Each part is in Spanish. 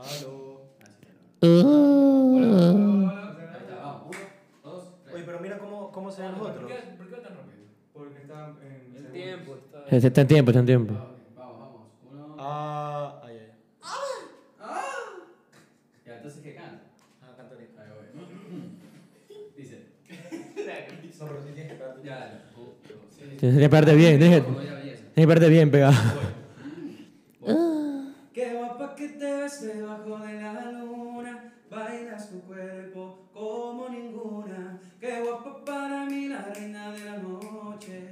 Ah, Oye, pero mira cómo, cómo se ven los ¿Por otros. qué, ¿Por qué tan rápido? Porque está en. El tiempo está. Está en tiempo, está en tiempo. Ah, ok, Vamos, vamos. Uno. Ah, ay, ay. Ya, entonces que canta. Ah, canta ahorita. Ahí voy. Mm. Dice. No, pero sí tienes que pegarte. Ya, dale. Uno, dos, sí. Tienes que pegarte bien, tienes que, Como ya vi eso. tienes que pegarte bien pegado. Qué guapa que te ves debajo de la luna, bailas tu cuerpo como ninguna. Qué guapa para mí la reina de la noche.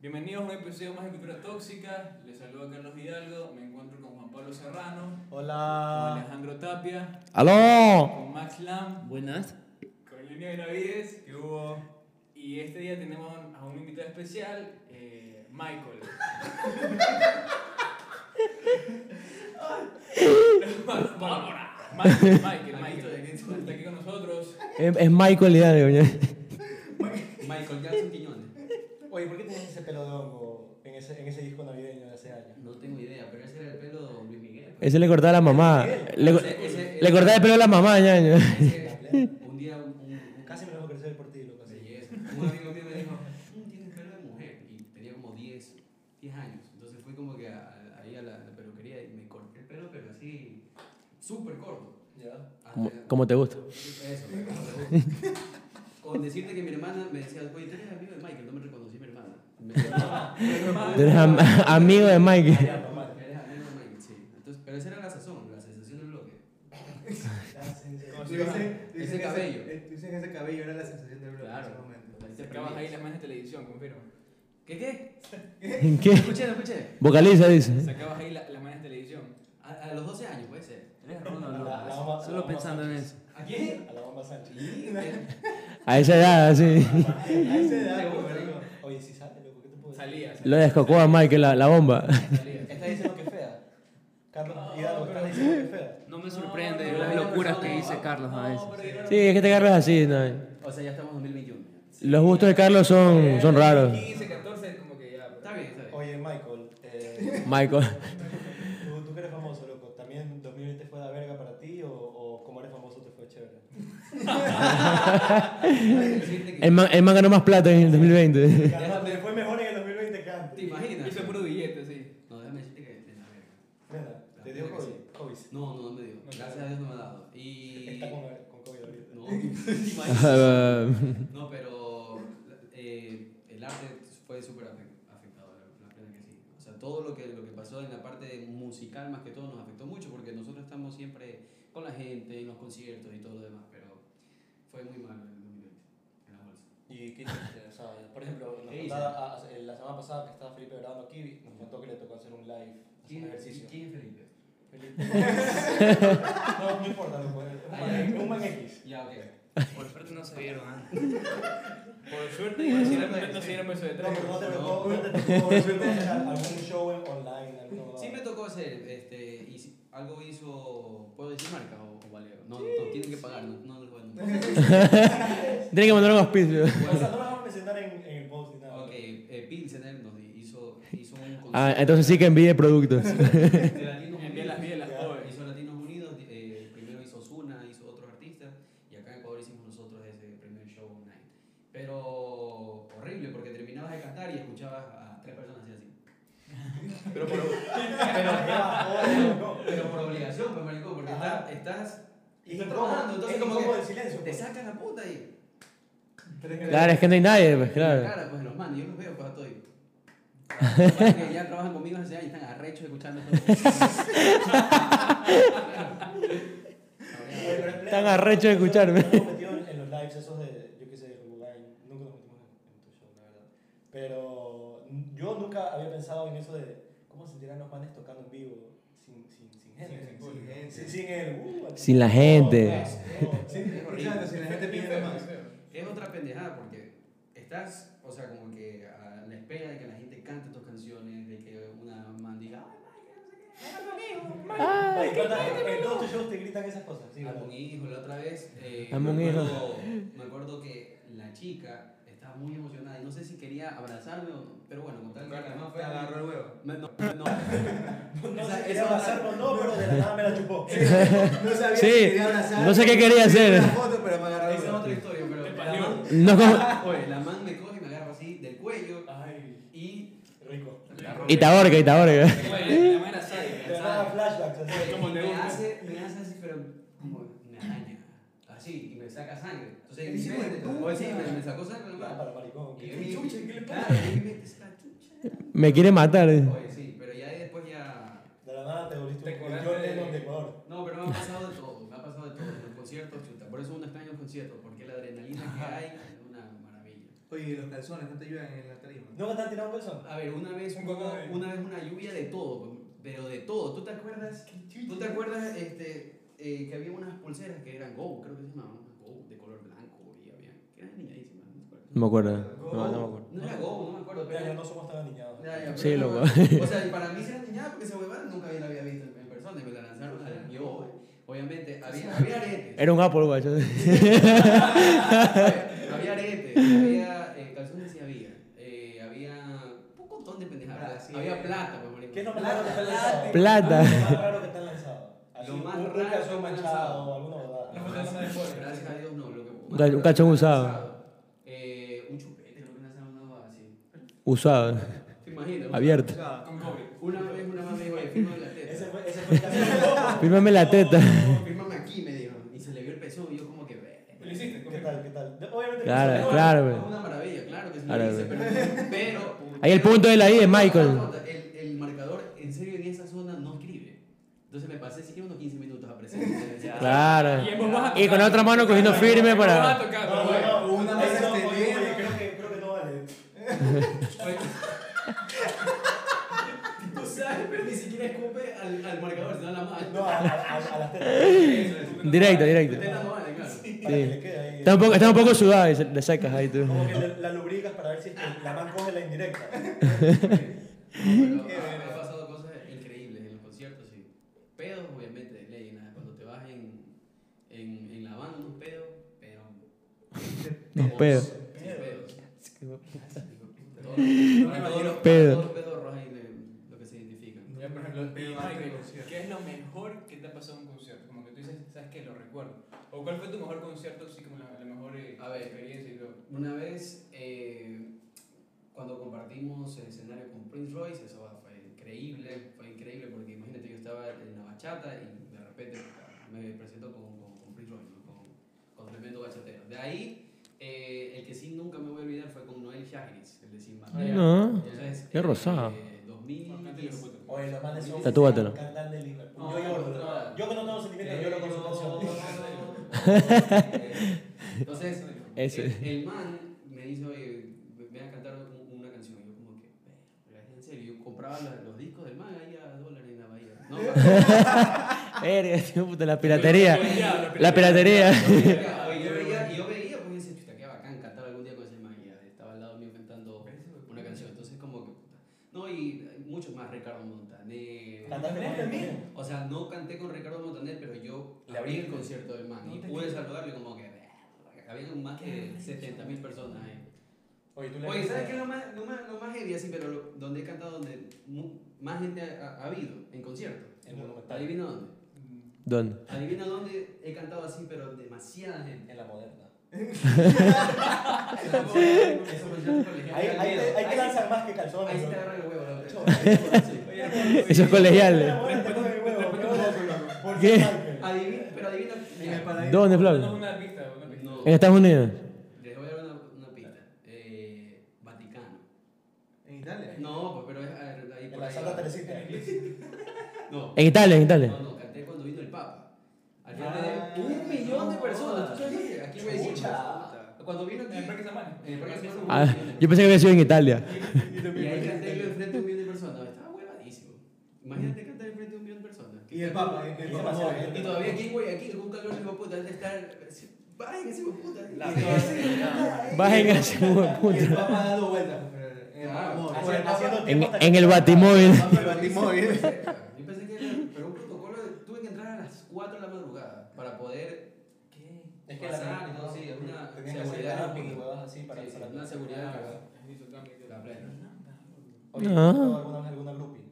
Bienvenidos a un episodio más de Cultura Tóxica. Les saludo a Carlos Hidalgo. Me encuentro con Juan Pablo Serrano, con Hola. Alejandro Tapia, ¡Aló! con Max Lam, Buenas. con Línea Benavides. ¿Qué hubo? Y este día tenemos a un invitado especial, eh, Michael. Bueno, Michael, Michael, Michael. Está aquí con nosotros. Es, es Michael Hidalgo. ¿no? Michael Jackson Quiñones. Oye, ¿por qué tenías ese pelo de hongo en ese, en ese disco navideño de hace años? No tengo idea, pero ese era el pelo de don Luis Miguel. pues. Ese le cortaba a la mamá. Le, co- Ese- ese- le cortaba el pelo a la mamá, ñaño. ese- Un día un, un- Casi me lo dejó crecer por ti, loco. así. belleza. Un amigo mío me dijo, "Mm, tienes pelo de mujer. Y tenía como 10, 10 años. Entonces fui como que a- a- ahí a la, la peluquería y me corté el pelo, pero así, súper corto. Ya. Hasta- Como, como te gusta. Eso, como te- Con decirte que mi hermana me decía, güey, tú eres amigo de Michael, no me reconocí mi hermana. Me Tú eres am- amigo de Michael. Ya, papá. Eres amigo de Michael, sí. Entonces, pero esa era la sazón, la sensación del bloque. Como si Ese- dicen- ese dicen que cabello. eh, Dicen que ese cabello era la sensación del bloque en Claro. ese momento. Ahí te Sacabas ahí prendías. las manos de televisión, confirmo. ¿Qué qué? ¿Qué? Escuché, no escuché. Vocaliza, dice. Sacabas ahí la- las manos de televisión. A, a los 12 años puede ser. Ah, Eres A Ronald, la- a la loco. bomba- a la Solo bomba pensando en eso. Sánchez. ¿A quién? A la bomba Sánchez. A esa edad, así. A esa edad, ¿Te como gusta? marico. Oye, si sale, loco, ¿qué te puedo decir? Salía. Lo descocó a Michael la, la bomba. salía. ¿Estás diciendo que es fea? Carlos No, Hidalgo, ¿estás pero- diciendo que es fea? No me sorprende No, no, las no, locuras no, que no, dice no, Carlos a no, veces. pero yo no- Sí, es que este Carlos es así. ¿no? O sea, ya estamos en 2021. ya. Los gustos de Carlos son, son raros. 15, 14, como que ya. Está bien, está bien. Oye, Michael, eh, Michael. tú, tú que eres famoso, loco, ¿también 2020 fue la verga para ti o, o como eres famoso te fue chévere? Hay que decirte que- El man, el man ganó más plata en el 2020. Carlos, te fue mejor en el 2020 que antes. ¿Te imaginas? Hizo puro billete, sí. No, déjame decirte que de la verga. Nena, te dio COVID. COVID. No, no, no me dio. Gracias a Dios no me ha dado. Y. Está con, con COVID ahorita. No, ¿te imaginas? Ah, No, pero eh, el arte fue súper afe- afectado, la, la plena que sí. O sea, todo lo que, lo que pasó en la parte musical más que todo nos afectó mucho porque nosotros estamos siempre con la gente, en los conciertos y todo lo demás, pero fue muy malo el 2020 en la bolsa. ¿Y qué hiciste? O sea, por ejemplo, nos ¿Qué contaba, ah, eh, la semana pasada que estaba Felipe grabando aquí, nos contó que le tocó hacer un live, hacer un ejercicio. ¿Quién es Felipe? Felipe. no, no importa, loco, es un man- un man X. Ya, ok. Por suerte no se vieron, ¿ah? Por suerte, no hicieron no hicieron beso de No, pero no tres. te tocó, no te tocó hacer algún show en online, alguna Sí me tocó hacer, este, y si- algo hizo, ¿puedo decir marca o, o vale? No, no, tienen que pagar, no, no les voy a Tiene que mandar un auspicio. O sea, no lo vamos a mencionar en, en el post ni nada. Ok, eh, Pilsener nos hizo, hizo un concierto. Ah, entonces sí que envíe productos. de Latinos Envía las Unidos. bielas, Ya. joven. Hizo Latinos Unidos, eh, primero hizo Zuna, hizo otros artistas, y acá en Ecuador hicimos nosotros ese primer show night. Pero horrible, porque terminabas de cantar y escuchabas a tres personas así así. Pero por Ah, joder, Pero por obligación, pues maricón, porque Ajá. está- estás, Y estás incómodo, trabajando, entonces ah, es como incómodo que el silencio, te pues. sacan la puta y Claro, es que no hay nadie, pues la claro. cara, pues los manes, yo los veo pues a todos. Los manes que ya trabajan conmigo hace años y están arrechos escuchando todo. Oye, pero es pleno. Tan arrecho de escucharme. Nos hemos metido en en los lives esos de, yo qué sé, de online. Nunca nos metimos en, en tu show, la verdad. Pero n- yo nunca había pensado en eso de cómo se sentirán los manes tocando en vivo sin, sin, sin gente. Sin- sin sin, público. gente, sin- sin el. uh, Sin la gente. no, no, Sí, sin- exacto, si la gente pidiendo más. Es otra pendejada porque estás, o sea, como que a la espera de que la gente cante tus canciones, de que una man diga, ay, Oye, ¿cuántas- en todos tus shows te gritan esas cosas. Sí, Hazme ¿verdad? un hijo, la otra vez. eh, Hazme un me acuerdo- Me acuerdo que la chica estaba estaba muy emocionada y no sé si quería abrazarme o no. Pero bueno, con tal de que no Te agarró el huevo. No, no, No Esa- sé si esa era pasar o no, pero de la nada me la chupó. No sabía Sí, si quería abrazar. no sé qué quería hacer. Una foto, pero me agarró esa el es huevo. otra historia, pero Te la palió. man, No como- oye, la man me coge y me agarra así del cuello Ay, y rico. La ropa. Itaorca, Itaorca. Oye, la manera sádica, Te da sádica. flashbacks así. oye, Como le me, gusta. hace, me hace así, pero como me araña, así, y me saca sangre. Entonces, Eres me, hijo de puta. oye, sí, me, me sacó sangre la man. Ah, Para maricón. Y ¿qué? yo, mi- Chucha, ¿qué le pasa? Claro, y yo, mi- esta chucha. Me quiere matar. eh. Oye, sí, pero ya después ya. De la nada te volviste Te un acordaste John de- Lennon de Ecuador. No, pero me ha pasado de todo, me ha pasado de todo. En los conciertos, chuta. Por eso uno extraña los conciertos, porque la adrenalina que hay es una maravilla. Oye, los calzones no te ayudan en la tarima. ¿No te han tirado un calzón? A ver, una vez, Un hubo- condón. una, vez una lluvia de todo, pero de todo. ¿Tú te acuerdas? ¿Tú te acuerdas este, eh, que había unas pulseras que eran Go, creo que se llamaban unas Go, de color blanco? Y había, que eran niñadísimas, no me acuerdo. No me acuerdo. No, no me acuerdo. No era Go, no me acuerdo. Mira, Pero ya no somos tan aniñados. Ya, ya, Sí, pero- loco. O sea, y para mí se niñada porque se huevaron, nunca la había visto en persona y me la lanzaron a la yo. eh. Obviamente, había, había aretes. Era un Apple Watch. Oye, había aretes, había eh, calzones y había. Eh, había un montón de Ah, pendejadas. sí. había plata, pues, marico. ¿Qué es lo más raro que te han lanzado? Plata. Lo más raro que te han lanzado. Así, Lo más un- raro Un que calzón me han manchado lanzado. o alguna bodada. Lo más- Gracias a Dios, no. Lo que, ca- un cachón usado. Eh, un chupete, lo que me hacen una baba así. Usado. ¿Te imaginas? Abierto. Con cobre. Una vez una mamá me dijo, oye, fírmame la Ese teta. fue, ese fue el caso. Fírmame la teta. No, fírmame aquí, me dijo. Y se le vio el pezón y yo como que... "Ve". ¿Lo hiciste? ¿Qué tal? ¿Qué tal? De- Obviamente. Claro, no, Eh, claro, Es güey. una maravilla, claro que sí. Ahora, dice, güey. pero, pero. Ahí el punto de la I de Michael. El, el marcador, en serio, en esa zona no escribe. Entonces me pasé siquiera unos 15 minutos a presentar. Ya. Claro. Y, en voz baja Y con la otra mano cogiendo firme En voz para- baja tocando, No, güey. no, no, Una ahí vez no, oye, oye, tenía- creo que, creo que no vale. O sea, pero ni siquiera escupe al, al marcador, sino a la mano. No, a, a, a- a las tetas. Directo, La directo. teta no vale, claro. Para que le quede ahí. Está un poco, está un poco sudado y se- le sacas ahí tú. Como que la, la lubricas para ver si es que la man coge la indirecta. No, pero ha, ha pasado cosas increíbles en los conciertos, sí. Pedos, obviamente, de ley. nada, Cuando te vas en, en, en la van, unos pedos, pero. Unos pedos. Sí, pedos. me Todos imagino los pedo. pedos rojos ahí de- lo que se identifican. Ya, por ejemplo, Pero antes del y Michael, concierto. ¿qué es lo mejor que te ha pasado en un concierto? Como que tú dices, ¿sabes qué? Lo recuerdo. ¿O cuál fue tu mejor concierto? Así como la, la mejor eh, A ver. experiencia y todo. Una vez, eh, cuando compartimos el escenario con Prince Royce, eso va- fue increíble, fue increíble porque imagínate, yo estaba en la bachata y de repente me presento con, con- con Prince Royce, ¿no? con, con tremendo bachatero. De ahí, eh, el que sí nunca me voy a olvidar fue con Noel Shagiris, el de Sin Bandera. No. Entonces, Qué eh, rosado. 2000 Bastante hijo de puta. Oye, los manes son. Tatúatelo. Cantan del hijo. No, Yo lloro, no, bro. no. Yo que no tengo sentimientos, lloro con su canción. Entonces, Ese. el, el man me dijo, oye, ven a cantar un- una canción. Yo como que, "Verga, en serio, yo compraba los, los discos del man ahí a dólares en la bahía. No, Verga, tío, puta, la piratería. El diablo, La piratería. oye, yo veía, y yo veía, pues yo decía, chuta, qué bacán cantar algún día con ese man. Y estaba al lado mío cantando una canción. Entonces, como que, puta. No, y muchos más, Ricardo Montaner. Cantaste con él también. O sea, no canté con Ricardo Montaner, pero yo Ah, Le le abrí el abriste. concierto del man No y te pude creo. saludarle como que "Verga". habían más de 70.000 personas ahí. Oye, tú Oye, ¿sabes qué es lo más, lo más, lo más heavy así, pero lo- donde he cantado donde mu- más gente ha, ha- ha habido en concierto? El monumental. Adivina dónde. ¿Dónde? Adivina dónde he cantado así, pero demasiada gente. En la moderna. Esos conciertos colegiales Ahí, dan ahí, te- miedo. ahí te lanzan más que ahí calzones. sí te bro. agarra el huevo, la Chau. verdad. Sí. Eso es colegial. ¿Por ¿Qué? Adivina, pero adivina. ¿Dónde, No es Flavio? una pista, una pista. No. En Estados Unidos. Les voy a dar una, una pista. Eh, Vaticano. ¿En Italia? No, pues pero es a ver, ahí En por la ahí Santa va. Teresita. No. En Italia, en Italia. No, no, canté cuando vino el Papa. Al frente Ah, de un millón de no. personas. ¿Tú sabías? Aquí voy a decir. Chucha. Cuando vino aquí. En el Parque San Mario. En el Parque San Mario, Ah, un millón de yo pensé que había sido en Italia. personas. Y ahí canté yo enfrente de un millón de personas. Estaba huevadísimo. Imagínate cantar enfrente de un millón de personas. Y el Papa, y el Y Papa. demasiada Y gente. todavía aquí, güey, aquí, con un calor de puta, antes de estar. Bajen ese hijo de puta. La Y todavía- Bajen a ese huevo de Y el puta. papá dando vueltas. pues, pero, eh, Claro. amor. Así Bueno, Haciendo En, tiempo hasta en que- el Ah, Batimóvil. pero El Yo Batimóvil. pensé yo pensé que era pero un protocolo de- tuve que entrar a las 4 de la madrugada para poder que qué? Es que Pasar la y todo, sí, es una tenías que hacer seguridad. camping y como- huevas así para sí, para- eh, una seguridad la plena. Oye, ¿has Ah. probado alguna vez alguna groupie?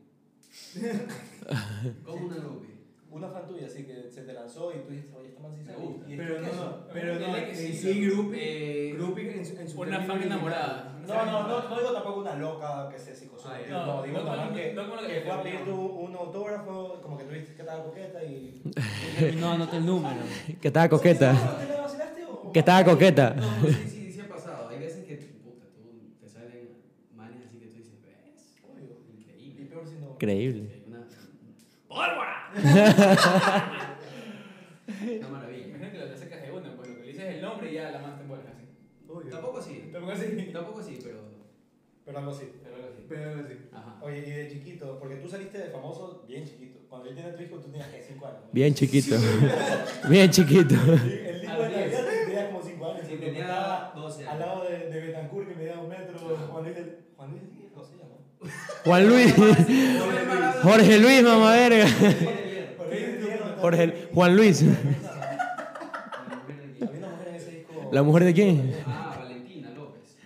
Como una lupi. Una fan tuya, así que se te lanzó y tú dices, oye, esta man sí Me sabe. gusta. Y es Pero que no, eso- eh, no, pero no, Dile en que sí, sí, Eh, groupie, groupie en su, en su Una término fan original. enamorada. No, no, no, no digo tampoco una loca que se Ah, psicosólica. ya. No, No, digo no una man como- que, no como la que que fue a terminó. pedir tu- un autógrafo, como que tuviste que estaba coqueta y. No, anota el número. Que estaba coqueta. ¿Te la vacilaste o- o- Que estaba coqueta. No, no, sí, sí, sí ha pasado. Hay veces que puta, tú te salen manes así que tú dices, ves, Obvio. Y increíble. peor si no. Increíble. Hay Una, una maravilla. Imagínate que la sacas de una, pues lo que le dices es el nombre y ya la más te envuelve así. Obvio. Tampoco así. Tampoco así. Tampoco así, pero. Pero algo así. Pero algo así. Pero sí. Ajá. Oye, y de chiquito, porque tú saliste de famoso bien chiquito. Cuando él tenía tu hijo, tú tenías que 5 años. ¿no? Bien chiquito. Bien chiquito. El A hijo los de Navidad 10. tenía como 5 años. Sí, porque tenía estaba 12 al años. lado de, de Betancourt, que medía un metro. Juan Luis del. Juan Luis del Hierro se llama. Juan Luis. Jorge Luis, mamá verga. Jorge, Juan Luis. Había una mujer en ese disco. ¿La mujer de quién? Ah, Valentina López.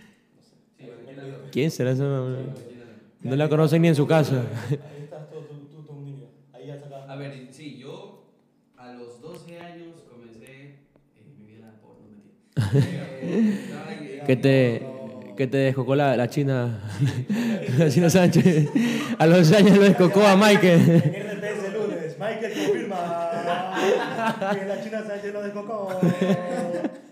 Sí, Valentina López. ¿Quién será esa mamá? Valentina López. No la conocen ni en su casa. Ahí estás todo, tú, tú, tú, un niño. Ahí ya sacaba. A ver, sí, yo a los 12 años comencé eh, mi vida porno, mentira. Eh, estaba en- en- Que te, que te descocó la, la china. La china Sánchez. A los 11 años lo descocó a Mike. En RT ese lunes, Michael confirma que la China Sánchez lo descocó.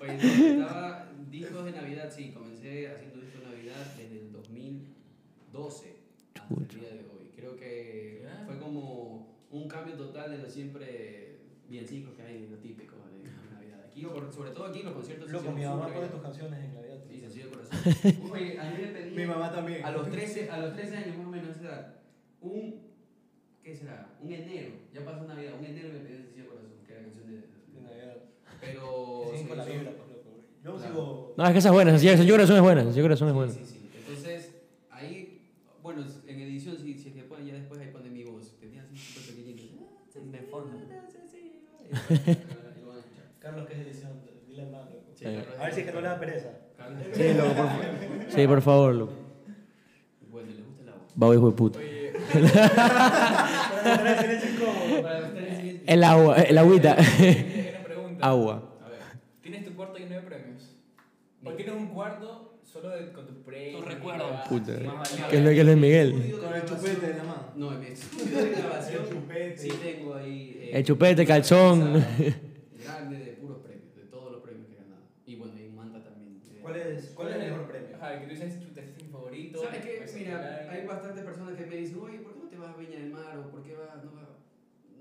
Oye, no, estaba discos de Navidad, sí, comencé haciendo discos de Navidad desde el 2012 hasta el día de hoy. Creo que Ya. fue como un cambio total de lo siempre biencicos que hay, lo típico de de Navidad. Aquí, por- sobre todo aquí, los conciertos Loco, mi hicieron mamá full pone tus Navidad. canciones en Navidad. Y sencillo de corazón. Oye, a mí me pedían- Mi mamá también. a los 13, a los 13 años más o menos esa edad, un ¿qué será? Un enero, ya pasó Navidad, un enero me pidió sencillo corazón, que era canción de, En Navidad. Pero Sí, se con la hizo- vibra, pues, loco. Yo Claro. sigo. No, es que esa es buena. Sencilla Sencilla corazón es buena. Sencilla corazón es buena. Sí, sí, sí. Entonces, ahí, bueno, en edición, si, si es que pueden, ya después ahí ponen mi voz. Tenía así súper pequeñito. De fondo. Y lo van a escuchar. Carlos, ¿qué edición? Dile al man, loco. Sí, Eh. Carlos A ver si es que no le da Carlos- pereza. Sí, loco, por favor. Sí, por favor, loco. Bueno, le gusta la voz. Va, hijo de puta. Oye, Pero en silencio incómodo. Para los tres, El agua, el agüita. hay una pregunta. Agua. A ver, ¿tienes tu cuarto lleno de premios? ¿O tienes un cuarto solo de, con tus premios? Tus recuerdos. Ah, Puta. sí, más ¿Qué es lo valiente. que es Luis Miguel? estudio de Con el grabación- chupete de la mano. No, en mi estudio de El grabación. chupete. Sí, tengo ahí. eh, El chupete, calzón. una mesa Grande de puros premios, de todos los premios que he ganado. Y bueno, hay un manta también. eh. de- ¿Cuál es, ¿Cuál es el mejor premio? Ajá, el que tú dices tu texting favorito. ¿Sabes qué? Pues, Mira, popular. hay bastantes personas que me dicen, oye, ¿por qué no te vas a Viña del Mar? ¿O por qué vas, no vas?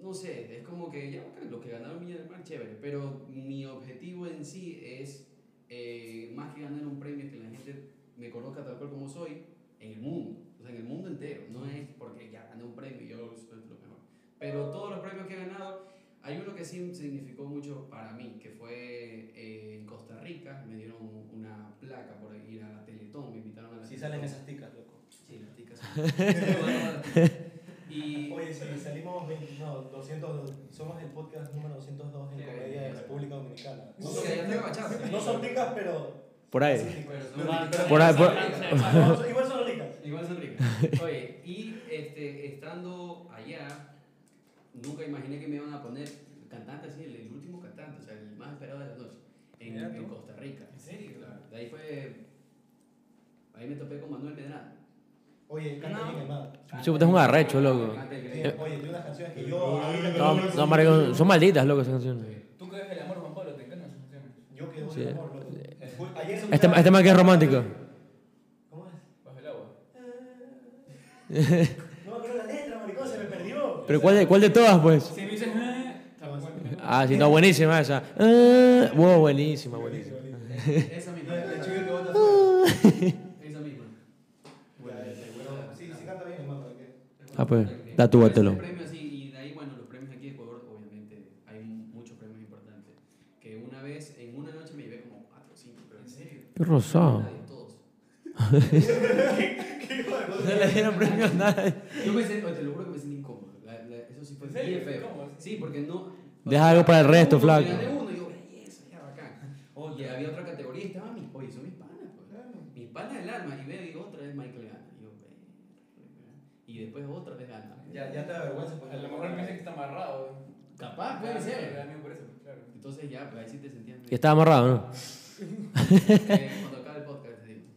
No sé, es como que ya, ok, los que ganaron Viña del Mar, chévere. Pero mi objetivo en sí es, eh, más que ganar un premio, que la gente me conozca tal cual como soy, en el mundo. O sea, en el mundo entero. No es porque ya gané un premio y yo soy lo mejor. Pero todos los premios que he ganado, hay uno que sí significó mucho para mí, que fue eh, en Costa Rica. Me dieron una placa por ir a la Teletón, me invitaron a la Si Teletón. salen esas ticas, loco. Sí, las ticas. son- y Oye, si salimos 20, no, 202, somos el podcast número 202 en Qué comedia de belleza. República Dominicana. No Sí, son, allá tengo bachata. no son ricas, pero. Por ahí. Pero son Pero- ricas. Por ahí, por- No, igual son ricas. Igual son ricas. Oye, y este, estando allá, nunca imaginé que me iban a poner cantante así, el, el último cantante, o sea, el más esperado de la noche, en, Mira tú. en Costa Rica. ¿En serio? Claro, De ahí fue. Ahí me topé con Manuel Medrano. Oye, canta bien el man. Ese puto pues, es un arrecho, loco. Eh. Canta increíble. Oye, tiene unas canciones que yo. ahorita que No, no, maricón, son malditas, loco, esas canciones. Tú que ves el amor, Juan Pablo, te encantan esas canciones. Yo que Sí. doy amor, loco. Fue- Ayer Este, escuchaba- este man que es romántico. ¿Cómo es? Bajo el agua. No me acuerdo la letra, maricón, se me perdió. Pero ¿cuál de, cuál de todas, pues? Si me dices, "Ah", está bueno. Ah, sí, no, buenísima esa. Ah, wow, buenísima, buenísima. Esa misma. La la chica que bota fuego. Esa misma. Ya, ya, ya, bueno, Sí, sí canta bien el man, ¿para qué? Ah, pues, tatúatelo. Ese premio así, y de ahí, bueno, los premios aquí de Ecuador, obviamente, hay muchos premios importantes. Que una vez, en una noche me llevé como 4 o 5 premios. ¿En serio? Qué rosado. todos. No le dieron premio a nadie. Yo me sentí, te lo juro que me sentí incómodo. La- la- eso sí fue ¿En serio? bien feo. ¿Cómo? Sí, porque no. Deja algo para el resto, Uno, me flaco. gané uno, y yo, belleza, pues. Ah, puede ser. Era mío por eso, claro. Entonces ya, pues ahí sí te sentías. medio- Y estaba amarrado, ¿no? Eh, cuando acabe el podcast, te digo.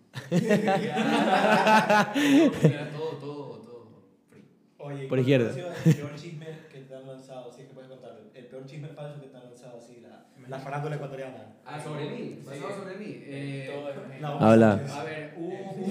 Ya, todo, todo, todo. free. Oye, Por ¿cuál izquierda. ha sido El peor chisme que te han lanzado, si es que puedes contarlo. El peor chisme falso que te han lanzado, así, la, la farándula ecuatoriana. Ah, sobre mí, basado sobre mí. Eh, Todo La es- Habla. A ver, hubo, Eh,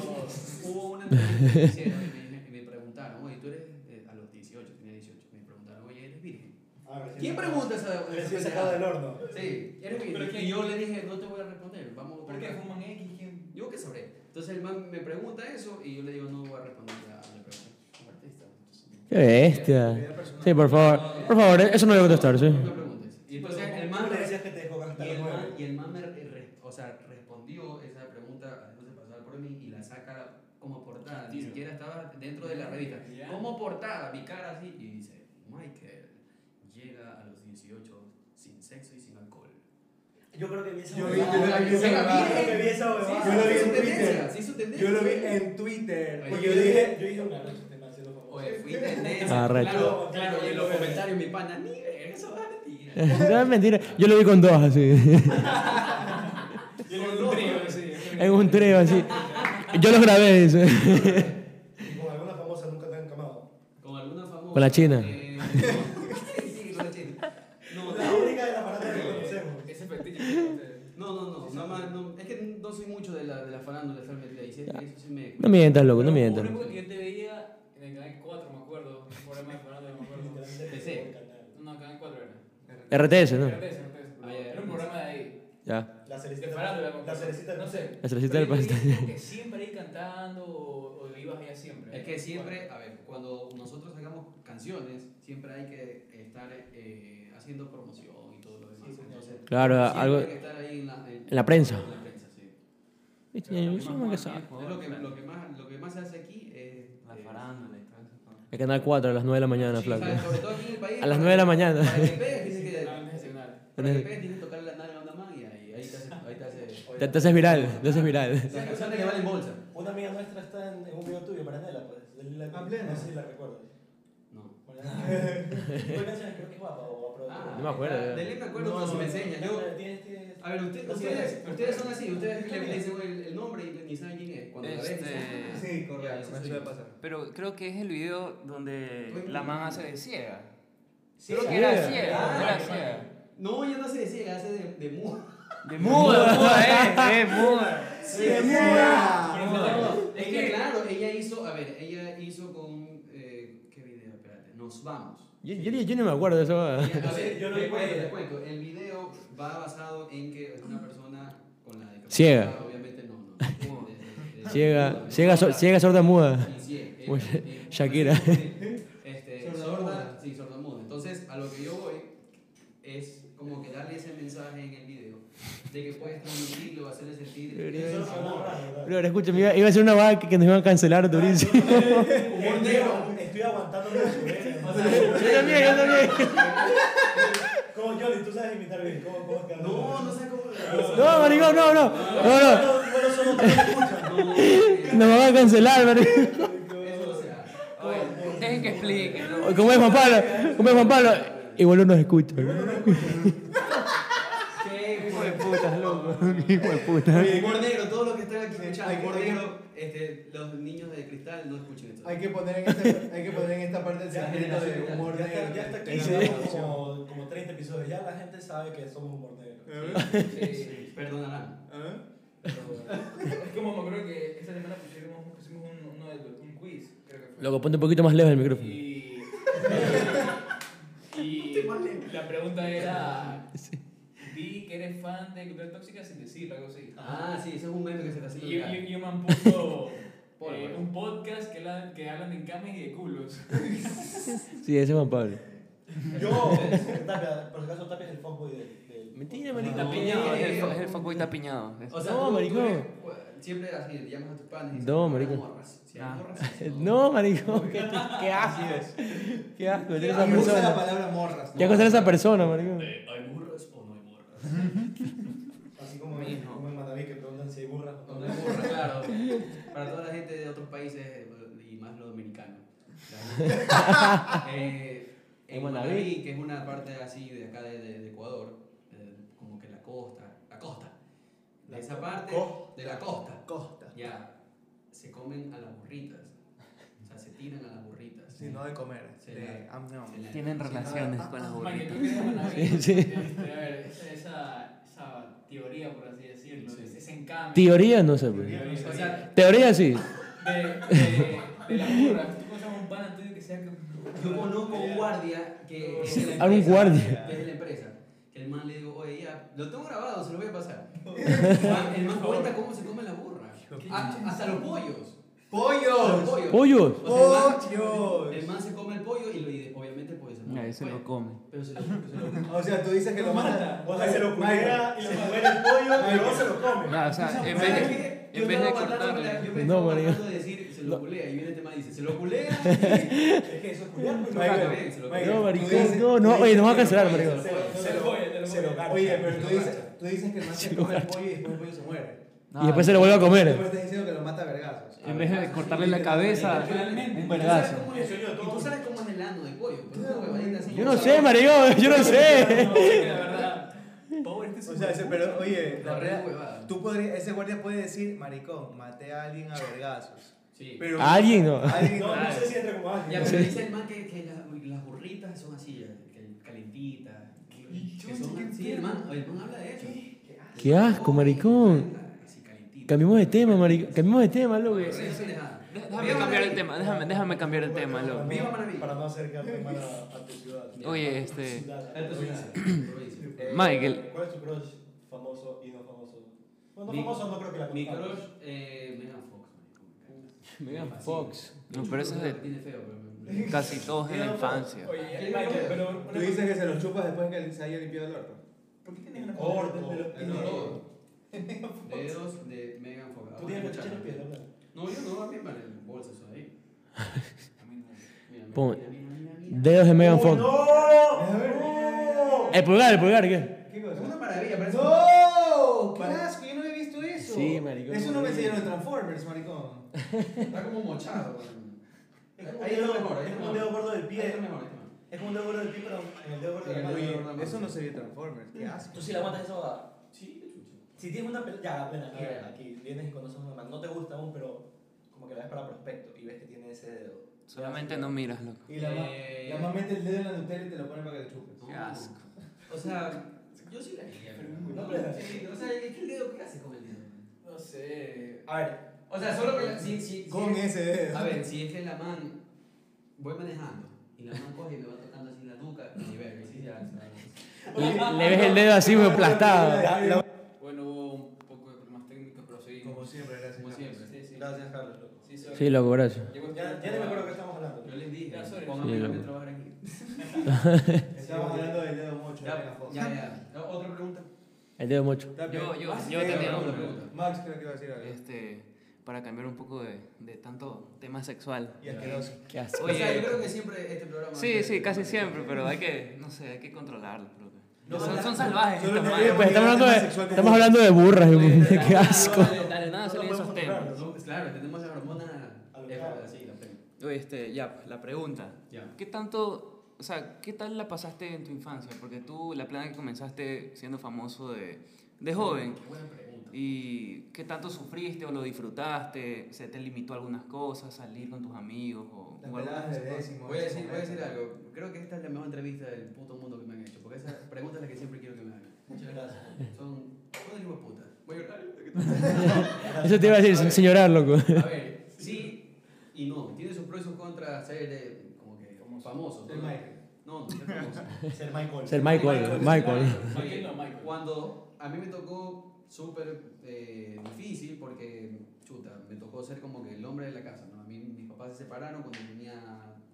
hubo una entrevista que hicieron y me, y me preguntaron, oye, tú eres eh, a los 18, tenía 18, me preguntaron, oye, ¿eres virgen? Ah, recién ¿Quién sacado- pregunta esa Recién sacado del horno. Sí, eres ¿Pero virgen. quién? Y yo le dije, no te voy a responder, vamos a ¿Por qué buscar". fuman X? ¿Quién? Yo qué sabré. Entonces el man me pregunta eso y yo le digo, no voy a responder a la pregunta como artista. Entonces, Qué bestia. Sí, por favor. Por favor, eh, eso no lo voy a contestar, No me sí. preguntes. Y entonces pues, el man... ¿Cómo le decías que te dejó Y gastar el, man, nueve? y el man me re- re- o sea, respondió esa pregunta, no se pasaba por mí, y la saca como portada. Ni Tiro. siquiera estaba dentro de la revista. Ya. Como portada, mi cara así, y dice, Michael llega a los 18 sin sexo y sin alcohol. Yo creo que vi esa Yo huevada. vi- yo la vi Yo esa huevada. creo que vi esa Sí, huevada. sí, Yo lo vi sí, en su Twitter. tendencia, sí, su tendencia. Yo lo vi en Twitter. Oye, Porque yo dije, yo dije este una noche, te me hacía lo famoso. Oye, fui tendencia. Arrecho. Claro, claro, y en los comentarios mi pana, ni verga, eso va a mentira. No es mentira. Yo lo vi con dos así. Yo en un trío, sí. En un trío así. Yo los grabé, dice. Y con alguna famosa nunca te han camado. Con alguna famosa. Con la china. eh, no. sí, con la china. No, La no. única de la farándula que conocemos. Ese fetiche. No, no, no, nada más, no, es que no soy mucho de la, de la farándula estar metida y si es que eso sí me... No mientas, loco, no Pero mientas. hubo un tiempo que Yo te veía en el canal 4, me acuerdo. Un programa de farándula, me acuerdo. Ese. No, canal 4 era. RTS, ¿no? RTS, RTS. Ah, ya, Era un RTS. programa de ahí. Ya. La De cerecita. farándula. me La acuerdo. cerecita. No sé. La cerecita del Pero yo pastel. veía como que siempre ahí cantando o, o ibas allá siempre. Es que siempre, a ver, cuando nosotros sacamos canciones, siempre hay que estar eh, haciendo promoción y todo lo demás. Sí, sí, Entonces, siempre Claro, Ah, algo. hay que estar ahí en la, en la prensa. En la prensa, sí. Viste, yo soy más que sabe. Oh, Es lo que, lo que, más, lo que más se hace aquí es... La eh, farándula y todo eso. El canal 4 a las 9 de la mañana, sí, ¿sabes? flaco. Sobre todo aquí en el país. A las 9 de la Para mañana. que pegues, tienes que... Ah, nacional. Para que pegues, tienes que tocar la nalga a una magia y ahí te hace... Ahí te hace Te, te haces viral, te haces viral. las personas que valen bolsa. Una amiga nuestra está en, en un video tuyo, Maranela, pues. de Lila- Ah, plena. No sé si la recuerdas. No. Maranela. ¿Cuál canción creo que es guapa o Ah, No me acuerdo, ah, ya. Denle me acuerdo cuando me enseña. Yo, Tienes, tienes. a ver, usted- No sé. ustedes, ustedes son así, ustedes le le dicen el, el nombre y ni saben quién es. Cuando la ven, Este- dicen, "Ah". Sí, Ya, correcto. eso Eso sí. debe pasar. Pero creo que es el video donde Estoy la muy- man hace de ciega. Ciega. Creo que era Ciega. ciega, Ah, era ciega. No, ya no se decía, hace de, de muda. De muda, muda, eh, eh, muda. Sí, de muda. No, Es que claro, ella hizo, a ver, ella hizo con, eh, ¿qué video? Espérate, nos vamos. Yo, yo, yo no me acuerdo de eso. Y, a ver, Yo no te cuento, vi cuál era. te cuento. El video va basado en que una persona con la discapacidad, Ciega. obviamente no, no. de- de- de- Ciega, de- ciega, sor- ciega sorda muda. Y sí, eh, Bueno, eh, Shakira. Este, sorda, sí, sordomuda. Entonces, a lo que yo voy es como que darle ese mensaje en el video de que puedes transmitirlo, hacerle sentir Eso ese es una amor. rara, ¿verdad? Bro, escúchame, iba, iba a ser una vaga que nos iban a cancelar durísimo. Yo Humor negro. Estoy aguantando mucho, ¿eh? O sea, también, yo también. Como Jolly, tú sabes imitar bien. ¿Cómo, cómo es que hablas? No, no sé cómo. No, maricón, no, no. No, no. Bueno, bueno, solo tú lo escuchas. No, eh, Nos van a cancelar, maricón. eso no se hace. Oye, dejen que explique, ¿no? ¿Cómo es Juan Pablo? ¿Cómo es Juan Pablo? Igual no nos escucha. Qué hijo de putas, loco. Hijo de puta. puta. Humor negro, todos los que están aquí escuchando, Hay que- humor hay que- negro, este, los niños de cristal no escuchen esto. Hay que poner en esta, hay que poner en esta parte el segmento de humor Ya está, negro. ya está aquí, Sí. llevamos como, como 30 episodios. Ya la gente sabe que somos humor negro. Sí, Eh, sí. Perdonarán. ¿Ah? Es como me acuerdo que esta semana pusimos, pusimos un, uno de los- un quiz, creo que fue. Loco, ponte un poquito más lejos el micrófono. Y. y la pregunta era. Vi que eres fan de Cultura Tóxica sin decirlo, algo así. Ah, sí, ese es un meme que se está haciendo. Y, viral. y, y un man puso Polo, eh, polo. un podcast que, la- que hablan de camas y de culos. Sí, ese es Juan Pablo. Yo, Tapia, por si acaso Tapia es el fuckboy del. del Mentira, marica. No. Tapiñado, es el, fa- es el fuckboy tapiñado. O sea, No, tú- tú maricón. eres, pues, siempre así, le llamas a tus padres y dices, No, "Ah, maricón. morras". Si hay Ah. morras, No, maricón, qué, qué asco. Qué asco ser esa Y usa la persona. palabra morras. Qué asco ser esa persona, maricón. Eh, ¿Hay burras o no hay burras? Así como en, Mismo. como en Manaví que preguntan si hay burras o No no. hay burras, claro. Para toda la gente de otros países eh, y más los dominicanos. La- eh, en En Manaví, Manaví. que es una parte así de acá de, de- de Ecuador, eh, como que la costa, la costa, de La esa parte co- de la costa, Costa. ya, se comen a las burritas, o sea, se tiran a las burritas. Sí, no de comer. Sí, de la- am nom. Se la- Tienen sí, relaciones ah, con las ah, Mike, burritas. tú que eres manaví, Sí, sí. este, a ver, esa, esa, esa teoría, por así decirlo, Sí. ese encame. Teoría no sé. Teoría, pues. no sé, O sea, Teoría sí. de, de, de la burra. Tú conoces a un pana tuyo que sea que. yo conozco a un guardia que es de la A un empresa, guardia. que es de la empresa. Que el man le digo, oye, ya, lo tengo grabado, se lo voy a pasar. El man, el man cuenta cómo se come la burra. A- hasta los pollos. Hasta los ¡Pollos! pollos. Pollos. O sea, el man- ¡Pollos! El man se come el pollo y lo y obviamente el pollo se muere. Nadie se lo Bueno, come. Pero se lo, se lo O sea, tú dices que lo mata. O sea, se lo Mike, culea y lo muere el pollo, Ay, pero no que- se lo come. Ya, o sea, en vez ¿Sabes de... qué? en Yo vez estaba de aguantando cortarle. la- Yo me No, estaba marica. tratando de decir, se lo culea. Y viene este man y dice, se lo culea. y- Es que eso es culear, pues, Mike, Mike. Mike, se Mike, lo culea. eh, No, tú maricón, dices- no, no, tú oye, dices nos va a que lo cancelar, come, maricón. se lo come. Se lo voy, te lo Se lo voy. garcha. Oye, pero tú Se lo dices, garcha. tú dices que el man se come el pollo y después el pollo se muere. No, Y después se lo vuelve a Tú comer. me estás diciendo que lo mata a vergazos. En vez de cortarle la cabeza, Literalmente. un ¿Tú sabes vergazo. cómo es- Eso yo y todo. tú sabes cómo es el ano de pollo. pues, una huevadita así. Yo no sé, maricón, yo no sé. No, sí, la verdad. Pobre este O sea, ese- pero oye, la La red verdad, huevada. tú podrías, ese guardia puede decir, maricón, maté a alguien a vergazos. Sí. Pero ¿A alguien no? alguien No, no no. sé si entra como Ya, ágil. pero dice el man que, que la- las burritas son así, eh, que calentitas. Que son así, el man, el man habla de eso. Qué asco, maricón. Así calentita. Cambiamos de tema, maricón. Cambiamos de tema, loco. Eso es pendejada. Déjame cambiar el tema, déjame, déjame cambiar el tema, loco. Viva Maravilla. Para no acercar tema a, a tu ciudad. Oye, este- Ciudad, Esto es provincia. una- provincia. Eh, Michael. ¿Cuál es tu crush famoso y no famoso? Bueno, Mi- famoso no creo que la Mi conozcamos. crush, eh, Megan Fox. marico, Megan Fox. me No, encanta. pero eso es de Tiene feo, pero me- casi todos en la infancia. Oye, Michael, pero una Tú dices que se los chupas después que se haya limpiado el orto. ¿Por qué tienes una Gordo. foto de los El pies? olor. Dedos de Megan Fox. Tú tienes Vamos a mucha escuchar. piel, No, yo no, a mí me vale el bolso eso ahí. A mí no. Mira, mira, Pon- mira, mira, mira. Dedos de Megan Fox. ¡No! El pulgar, el pulgar, ¿qué? ¿Qué Es cosa? una maravilla, parece. ¡No! ¡Qué asco! Yo no había visto eso. Sí, maricón. Eso no me enseñaron en Transformers, maricón. Está como mochado. weón. Es como un Ahí está dedo- mejor, ahí es está como un mejor. dedo gordo del Ahí está pie. mejor, ahí está mejor. Es como un dedo gordo del pie, pero en el dedo gordo de la mano. Oye, eso no se vio en Transformers. Qué asco. Tú sí la aguantas esa boda. Sí, chucha. Si tienes una pelea. Ya, bueno, aquí, A ver. aquí vienes y conoces una man. No te gusta aún, pero como que la ves para prospecto y ves que tiene ese dedo. Solamente no miras, loco. Y la, ma- Eh, la mamá mete el dedo en la Nutella y te lo pone para que le chupes. Qué asco. O sea, yo sí la haría, pero No, no, pero- sí, O sea, es que el dedo, ¿qué hace con el dedo? No sé. A ver, O sea, solo que. Si, si, si- Con ese dedo. A ver, si es que la man. Voy manejando y la man coge y me va tocando así la nuca y ve, y sí, ya. está. Le, le ves el dedo así, güey, aplastado. La- la- Bueno, hubo un poco de problemas técnicos, pero seguimos. Como siempre, gracias. Como siempre. Sí, sí. gracias, Carlos. loco. Sí, sorry. Sí, loco, gracias. Llegó este Ya, ya ni me acuerdo que estamos hablando. Yo les dije, Ya, sorry. pónganme a Sí, loco. trabajar aquí. Estamos hablando del dedo mocho. de la Ya, foto. ya, ya. ¿Otra pregunta? El dedo mocho. Está bien. Yo, yo, Ah, sí, yo tengo tenía otra una. pregunta. Max creo que va a decir algo. Este, para cambiar un poco de, de tanto tema sexual. Y asqueroso. Qué asco. O sea, Oye. yo creo que siempre este programa. Sí, sí, casi siempre, pero hay que, no sé, hay que controlarlo, profe. No, son, la- son salvajes solo estas no- madres. Pues estamos hablando de, estamos hablando de burras, güey. Qué asco. Dale, dale, nada, No salen lo esos podemos temas. controlar. No, Claro, tenemos la hormona. A lo eh, claro. Sí, la pena. Oye, este, ya, pues, la pregunta. Ya. ¿Qué tanto, o sea, qué tal la pasaste en tu infancia? Porque tú, la plana que comenzaste siendo famoso de, de joven, Qué buena pregunta. ¿y qué tanto sufriste o lo disfrutaste? ¿Se te limitó algunas cosas, salir con tus amigos o, Las o alguna peladas de de esas cosas? décimo. Voy a, decir, voy a decir décimo. algo. Creo que esta es la mejor entrevista del puto mundo que me han hecho. Porque esa pregunta es la que siempre quiero que me hagan. Muchas gracias. Son. Son hijos de puta. Voy a llorar. Eso te iba a decir, sin- sin llorar, loco. A ver, sí y no. Tiene sus pros y sus contras ser eh, como que famoso. Soy ¿no? Mike. No, no, ser famoso. Ser Michael. Ser Michael, Michael. Michael no, Michael. Cuando a mí me tocó súper eh, difícil porque, chuta, me tocó ser como que el hombre de la casa, ¿no? A mí mis papás se separaron cuando tenía,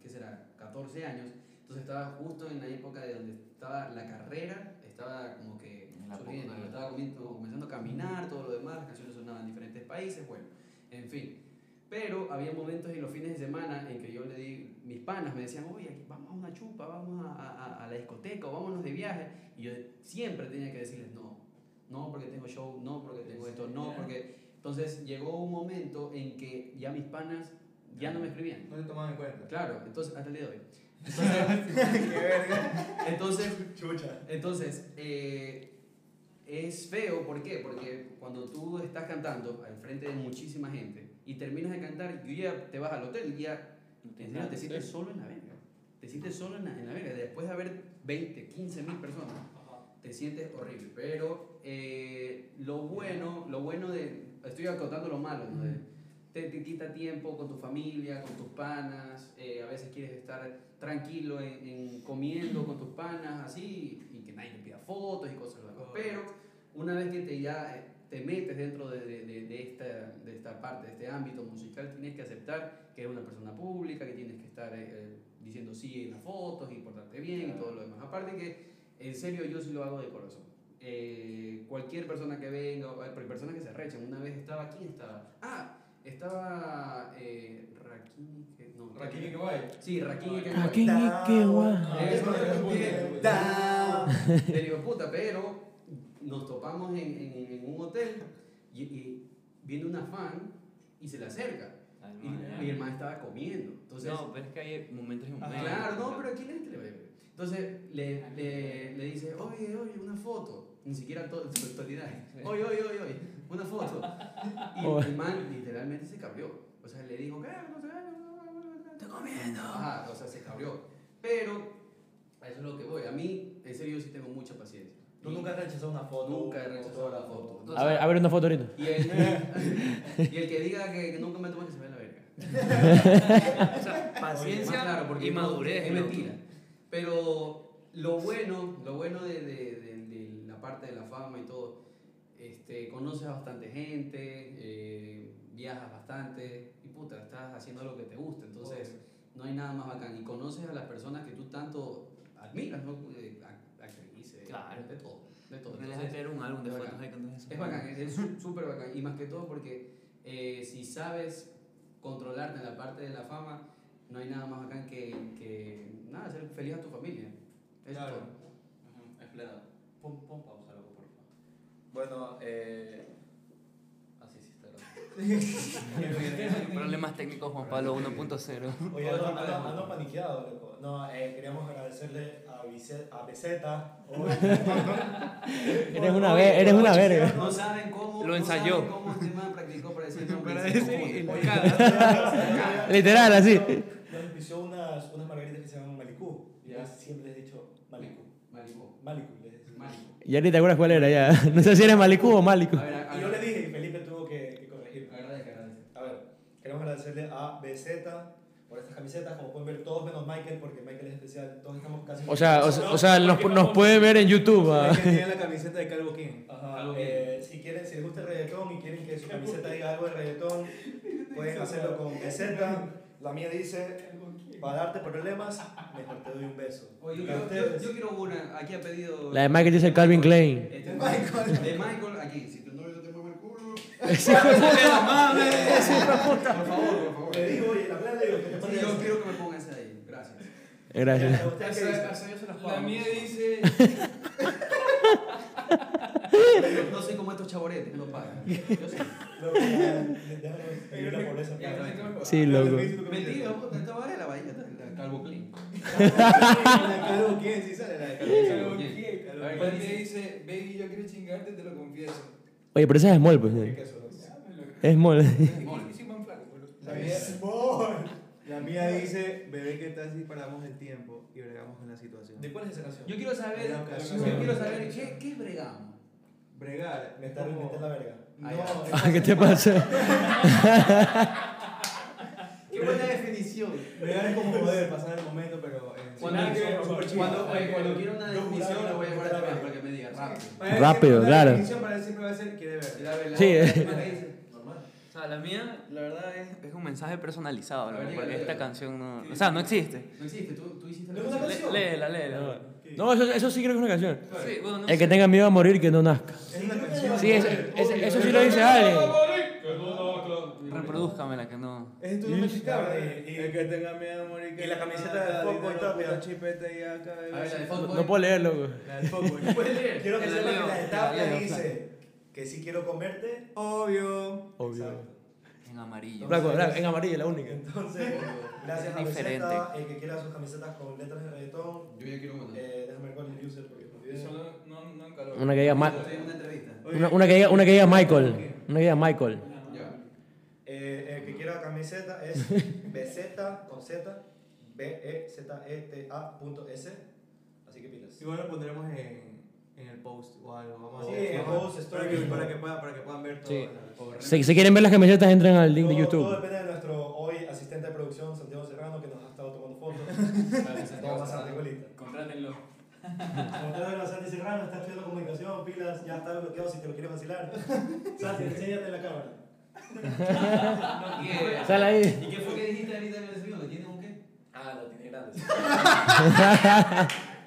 ¿qué será?, 14 años. Entonces estaba justo en la época de donde estaba la carrera, estaba como que En la surgiendo, punta. estaba comiendo- comenzando a caminar, todo lo demás, las canciones sonaban en diferentes países, bueno, en fin. Pero había momentos en los fines de semana en que yo le di, mis panas me decían, oye, vamos a una chupa, vamos a, a- a la discoteca, o vámonos de viaje. Y yo siempre tenía que decirles no, no porque tengo show, no porque tengo esto, no porque... Entonces llegó un momento en que ya mis panas ya no me escribían. No te tomaban en cuenta. Claro, entonces hasta el día de hoy. Entonces, Qué verga. entonces Chucha. Entonces, eh, es feo, ¿por qué? Porque cuando tú estás cantando al frente de muchísima gente y terminas de cantar, y ya te vas al hotel y ya en serio, te sientes solo en la verga. Te sientes solo en la, en la verga. Después de haber 20, 15 mil personas, te sientes horrible. Pero eh, lo bueno, lo bueno de. Estoy acotando lo malo, ¿no? De- te, te quita tiempo con tu familia, con tus panas. eh, a veces quieres estar tranquilo en, en comiendo con tus panas, así, y que nadie te pida fotos y cosas. ¿no? Pero una vez que te ya eh, te metes dentro de, de- de- de esta, de esta parte, de este ámbito musical, tienes que aceptar que eres una persona pública, que tienes que estar eh, eh, diciendo sí en las fotos y portarte bien y todo lo demás. Aparte que, en serio, yo sí lo hago de corazón. Eh, cualquier persona que venga, o- pero hay personas que se arrechan. Una vez estaba, ¿quién estaba? Ah, estaba eh, Rakini, que- no, Rakini Kawai. Sí, Rakini que Rakini. qué guay. Eso Eso es es lo que bien. pide. Down. Te digo, puta, pero nos topamos en, en- en un hotel y, y viene una fan y se le acerca. Y mi hermana estaba comiendo. Entonces, No, pero es que hay momentos y momentos. Ah, claro, no, pero ¿quién es que le bebe? Entonces le, le, le dice, oye, oye, una foto. Ni siquiera todo, su actualidad. Oye, oye, oye, oye, una foto. Y el man literalmente se cabrió. O sea, le dijo, ¿qué? No sé, estoy comiendo. Ajá, o sea, se cabrió. Pero, a eso es lo que voy. A mí, en serio, yo sí tengo mucha paciencia. Tú Y- nunca has rechazado una foto. Nunca he rechazado una la foto. A ver, a ver una foto ahorita. Y el, y el que diga que, que nunca me toma que se vea la verga. O sea, paciencia Más claro, porque y no- madurez. Es loco. mentira. Pero lo bueno, lo bueno de, de- de- de la parte de la fama y todo, este, conoces a bastante gente, eh, viajas bastante y puta, estás haciendo lo que te gusta. Entonces, no hay nada más bacán. Y conoces a las personas que tú tanto admiras, ¿no? Eh, ac- Actrices, Claro. de todo. De todo. Deberías Entonces, hacer un álbum de es fotos bacán. ahí con eso. es bacán, es- es sú- súper bacán. Y más que todo porque eh, si sabes controlarte en la parte de la fama, no hay nada más bacán que, que nada, ser feliz a tu familia. Eso es Claro. todo. Ujú, Es pleno. Pon, pon pausa, loco, por favor. Bueno, eh. Así sí está loco. Problemas técnicos, Juan Pablo 1.0. Oye, ando, ando, ando paniqueado, loco. No, eh, queríamos agradecerle a, Bice- a Beceta. Eres una ve- eres una verga. No saben cómo. Lo no ensayó. saben cómo este man practicó para decir nombre. Para Dice, decir- "Oye, Literal, así. Nos auspició unas, unas margaritas que se llaman Malicú. Y Ya. yo siempre les he dicho Malicú. marico, Malicú, les he dicho. marico". Ya ni te acuerdas cuál era ya. No sé si eres Malicú o Malicú. A ver, a- Y yo le agradece, dije y Felipe tuvo que, que corregirme. agradece, agradece. A ver, queremos agradecerle a BZ por estas camisetas, como pueden ver todos menos Michael, porque Michael es especial, todos estamos casi... O sea, o, o sea nos, nos pueden ver en YouTube. ah. El que tiene la camiseta de Calvo King. Ajá, Algo eh, si quieren, si les gusta el reggaetón y quieren que su camiseta diga algo de reggaetón, pueden hacerlo con BZ. La mía dice, para darte problemas, mejor te doy un beso. Oye, yo Y a quiero- yo, ustedes, yo quiero una. Aquí ha pedido. La de Michael dice Calvin Klein. Este, De Michael. De Michael, aquí. Si tu novio te mueve el culo. Por favor, por favor. le digo, oye, la plena le digo, ¿qué te Sí, yo parece? quiero que me pongas ahí. Gracias. Gracias. ¿A ustedes qué dicen? La mía dice. Yo no soy como estos chaboretes que no pagan. Yo sé. No, ya, déjame vivir la pobreza. Ya, está bien. Sí, loco. Mentira, puta, esta vara es la bahía, la Calvo Clean. La de Calvo King, sí sale la de Calvo King. Calvo Clean. A ver, La ¿cuál mía dice? dice, baby, yo quiero chingarte, te lo confieso. Oye, pero esa es Small, pues. Qué ¿no? queso, loco. Es Small. Mol. Sí, man flaco, boludo. La mía es amor. La mía dice, bebé, ¿qué tal si paramos el tiempo y bregamos con la situación? ¿De cuál es esa canción? Yo quiero saber, La ocasión. yo quiero saber, ¿qué, qué bregamos? Bregar. Me está como- reventé la verga. Ah, No, ya. es- ¿Qué te pasa? Qué buena definición. Bregar es como poder pasar el momento, pero... en- Cuando, Nada que ver, cuando, super chido. cuando, oye, cuando quiero una Yo definición, juraba la voy a que llamar a era Fabián verga. para que me diga rápido. Para él Rápido, siempre- claro. La definición para él siempre va a ser, quiere ver. La- la- Sí, eh. la- es- la- la- dice. O sea, la mía, la verdad, es, es un mensaje personalizado, A loco, ver, porque dígale, esta dígale. canción Sí, no. O sea, sí. no existe. No existe, tú, tú hiciste la ¿No es una canción. canción? Léela, léela. No, eso, eso sí creo que es una canción. Sí, bueno, no El que sé. tenga miedo a morir, que no nazca. Es una canción. Sí, eso, eso- eso sí lo dice alguien. Reprodúzcamela, que no. Es eh, tu nombre chistable. El que tenga miedo de morir. Y la camiseta del Fuckboy Tapia. La chipeta y acá. A ver, la de Fuckboy. No puedo leerlo, güey. La del Fuckboy. ¿Puedes leer? Quiero que Te la sepan leo, que la te la etapa leo, dice que si quiero comerte. Obvio. Obvio. Exacto. En amarillo. Blanco, blanco, en amarillo, la única. Entonces, gracias a Es diferente. Rosetta, el que quiera sus camisetas con letras de reggaetón, Yo ya quiero mandar. eh, déjame ver cuál es el user porque me olvidé. Eh, Eso no, no, no en calor. Una que diga, Ma- Estoy en una entrevista. una, una que diga, una que diga Michael. Una que diga Michael. Ya. Eh, el que quiera camiseta es BZ con Z, E B-E-Z-E-T-A punto S. Así que pilas. Igual lo pondremos en, en el post o algo. Vamos a- Sí, en vamos a- post, para que, story. para, que puedan, para que puedan ver todo. Sí. Por- Si, si quieren ver las camisetas, entren al link de Todo- Todo YouTube. depende de nuestro hoy asistente de producción, Santiago Serrano, que nos ha estado tomando fotos. Gracias, Estamos Santiago bastante Serrano. colita. Contrátenlo. Contrario a Santi Serrano, está estudiando comunicación, pilas, ya está bloqueado si te lo quieres vacilar. Santi, enséñate la cámara. Ah, ¿Y Sal ahí. qué fue que dijiste ahorita en el segundo? ¿Tienes un qué? Ah, lo tiene grande.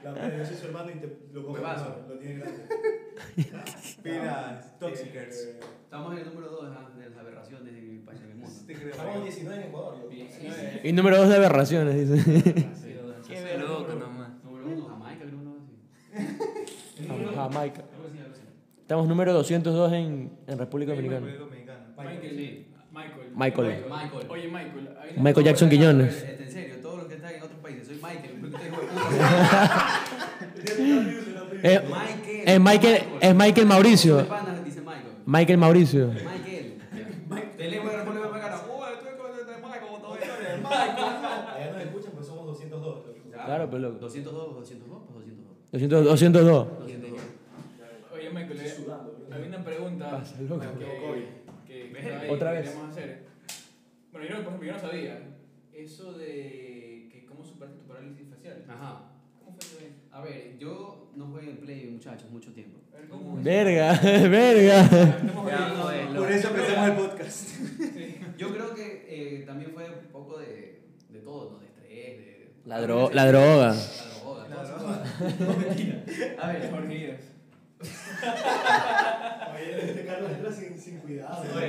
La madre, yo soy su hermano y te lo pongo. Huevazo. Ah, no, Lo tiene grande. Pilas, Toxicers. Eh, Estamos en el número 2 de las aberraciones en el país del mundo. Te creo. Estamos 19 en Ecuador. yo. Eh, Y número dos de aberraciones, dice. Qué loco nomás. Número 1, Jamaica, creo uno así. Jamaica. Algo así, algo así. Estamos número 202 en, en República Dominicana. República Dominicana. Michael. Sí. Michael. Michael. Michael. Oye, Michael. hay una- Michael Jackson Quiñones. Este, en serio, todos los que están en otros países, soy Michael. porque ustedes, hijo de puta. Eh, Michael. es Michael, es Michael De Mauricio. pana, dice Michael. Michael Mauricio. Michael. Te le voy a responder Oh, a cara. Uy, tú eres de Michael, todavía eres Allá nos escuchan, pues somos 202. loco. Claro, pero loco. 202, 202, pues 202. 200 202. 202. Oye, Michael, Estoy hay- sudando, bro. hay una pregunta Pasa, loco. que, que, que estaba ahí, Otra que vez. queríamos hacer. Bueno, yo no, por ejemplo, yo no sabía eso de que cómo superaste tu parálisis facial. Ajá. ¿Cómo fue eso? ahí? A ver, yo no jugué en Play, muchachos, mucho tiempo. A ver, ¿cómo fue eso? Verga, verga. Estamos jodidos. Por eso empezamos el podcast. Sí. Yo creo que eh, también fue un poco de, de todo, ¿no? De estrés, de... La, dro- la droga. La droga, La todo. droga. No, mentira. A ver, Jorge Díaz. Oye, este Carlos entra sin, sin cuidado. Sí.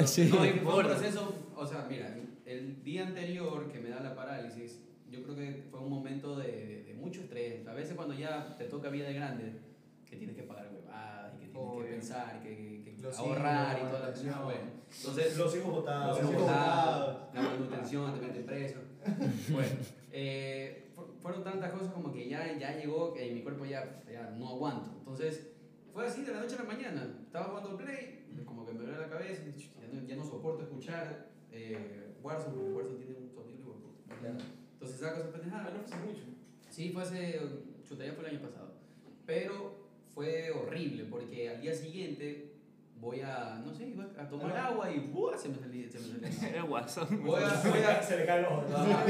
¿no? Sí. pues, No, y fue un proceso, o sea, mira, el día anterior que me da la parálisis, yo creo que fue un momento de, de- de mucho estrés. A veces cuando ya te toca vida de grande, que tienes que pagar huevadas y que tienes Obvio. que pensar, que, que- que Los ahorrar hijos, y toda la la cosa. pensión. Bueno, entonces, Los hijos votados. los hijos votados, la manutención, te meten preso. Bueno, eh, fu- fueron tantas cosas como que ya, ya llegó que mi cuerpo ya, ya no aguanto. Entonces, fue así de la noche a la mañana. Estaba jugando play, como que me duele la cabeza, y ch- ya no, ya no soporto escuchar eh, Warzone, porque Warzone tiene un sonido igual. Entonces, saco esa pendejada. Ah, no fue hace mucho. Sí, fue hace. Chuta, ya fue el año pasado. Pero fue horrible porque al día siguiente voy a. No sé, iba a tomar agua y. ¡buah! Se me salía. Se me salía. Era guasón. Voy a. Se Voy le a cae- Se le caen los ojos.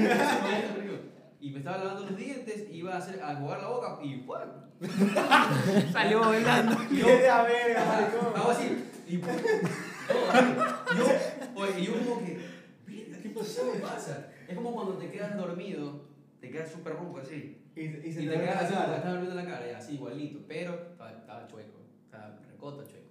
y me estaba lavando los dientes, iba a, hacer, a jugar la boca y ¡buah! Salió bailando. Yo, Qué de a verga, maricón. hago así. Y, ¡buah! yo, oye, yo como que. "Mierda, ¿Qué pasó? ¿Qué pasa? Es como cuando te quedas dormido, te quedas súper ronco así. Y, y se Y te te quedas queda así, la como que cara. estaba durmiendo en la cara, ya, así igualito, pero estaba, estaba chueco, estaba recota chueco.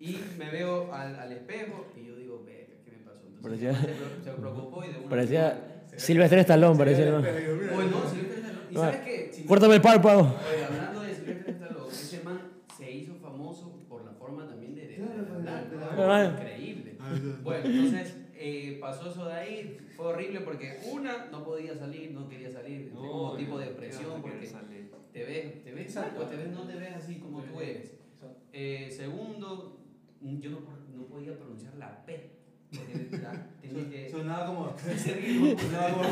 Y me veo al, al espejo y yo digo, verga, ¿qué me pasó? Entonces Parecía- se, pre- se preocupó y de una. Parecía- Se ve- Silvestre Stallone, se ve parecía. el ¿no? espejo y yo, Oye, no, Silvestre Stallone. ¿Y Bueno, sabes qué? Si- Ah, Córtame el párpado. Oye, hablando de Silvestre Stallone, ese man se hizo famoso por la forma también de. de, de, Claro, pues, de- hablar, de ¿no? hablar. Increíble. mira. Bueno, entonces eh, pasó eso de ahí, fue horrible porque una, no podía salir, no quería salir, entré como tipo de depresión porque te ves, te ves mal, pues, te ves, no te ves así como tú eres. Eh, segundo, mm, yo no, no podía pronunciar la P. Porque la, tenía que Sonaba como. hacer ritmo. Sonaba como.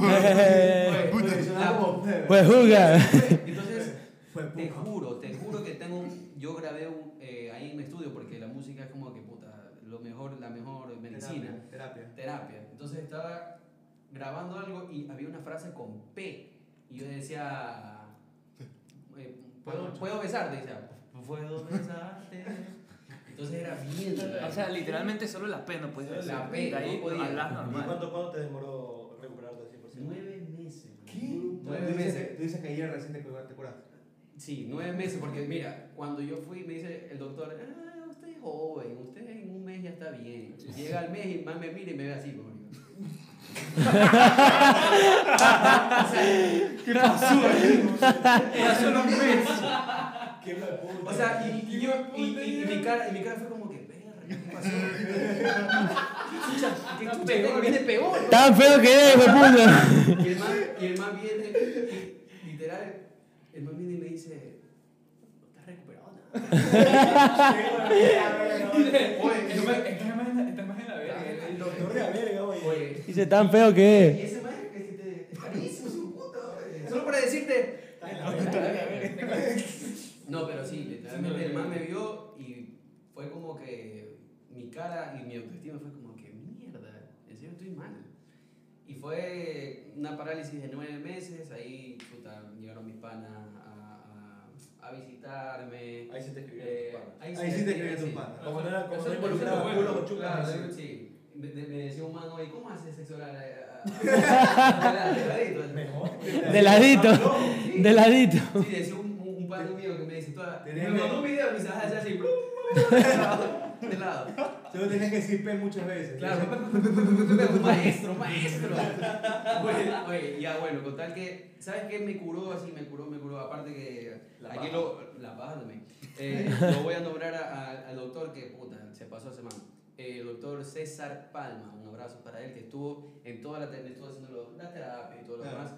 Oye, Puta, sonaba como. Pues juga. Entonces, Fue te puta. juro, te juro que tengo. un- Yo grabé un, eh, ahí en mi estudio porque la música es como que puta, lo mejor, la mejor medicina. Terapia, Terapia. terapia. Entonces estaba grabando algo y había una frase con P. Y yo decía, eh, ¿puedo, ¿puedo besarte? Y decía, ¿puedo besarte? Entonces era bien. O sea, literalmente solo la P no puedes Solo decir. la P, De ahí no podía. hablas ¿Y normal. cuánto, cuánto te demoró recuperarte al 100%? nueve meses. bro. Tú Nueve dices meses. que- Tú dices que ayer recién te curaste. te curaste. Sí, nueve meses, porque mira, cuando yo fui me dice el doctor, ah, usted es joven, usted en un mes ya está bien. Llega el mes y más me mira y me ve así, como digo. ¿Qué pasó? eh. Era solo un mes. ¿Qué me puta? eh. O sea, y, y yo, y, y- y mi cara, y mi cara fue como que, verga, ¿Qué chucha tengo? Viene peor. Tan feo que es, puta. Y el man, y el man viene, y, literal, el man viene y me dice, no estás recuperado nada. Oye, no me- estás más en la- estás más en la verga. El Doctor de la verga, güey. Oye, Dice, tan feo que y es. ese man es, este, es carísimo, es un puto. eh, Solo para decirte. Está en la verga. No, pero sí, literalmente el man me vio y fue como que mi cara y mi autoestima fue como que mierda, en serio estoy mal. Y fue una parálisis de nueve meses, ahí puta, llegaron mis panas a, a, a visitarme. Ahí sí te escribieron Eh, tus panas. Ahí sí te escribí, escribieron sí. tus panas. Como no era como Eso no es por involucraba ser culo bueno. o Claro, chucas. sí. Me, me- me decía un mano, ¿y cómo haces sexo oral? a- a- a- a- peladito?" Mejor. De ladito. Sí. De ladito. Sí, decía un, un, un pano mío que me dice, toda, me Tenés mandó un video y me "Ah, hace así, brum, brum, brum, de lado, de lado. Solo tenías que decir P muchas veces. Claro, pues, un pues, maestro, maestro. Oye, oye, ya bueno, con tal que, ¿sabes qué? Me curó así, me curó, me curó. Aparte que La aquí paja. lo, la paja también. Eh, lo voy a nombrar a- a- al doctor que, puta, se pasó hace semana. Eh, el doctor César Palma, un abrazo para él, que estuvo en toda la terapia, estuvo haciendo lo- la terapia y todo lo Claro. demás.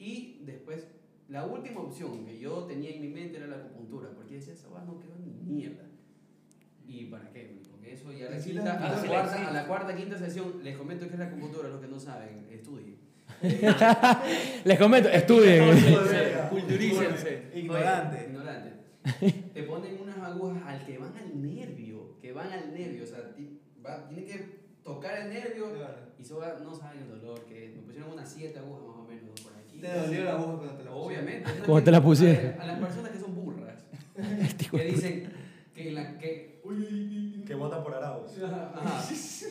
Y después, la última opción que yo tenía en mi mente era la acupuntura, porque decía, esa va no quedó ni mierda. ¿Y para qué? güey? Porque eso ya la Así quinta, la- a, la así la cuarta, exige. a la cuarta, quinta sesión, les comento que es la computadora, los que no saben, estudien. E Les comento, estudien. Culturícense. Ignorante. Oye, Ignorante. Te ponen unas agujas al que van al nervio, que van al nervio, o sea, ti- va- tienen que tocar el nervio Claro. y solo no saben el dolor que es. Me pusieron unas siete agujas más o menos por aquí. Te dolió la aguja cuando te la pusieron. Obviamente. no es Cuando que- te la a ver, pusieron. Este A, las personas que son burras, que dicen que la que... Uy, uy, uy, Que vota por Arauz. Ajá, ajá. Es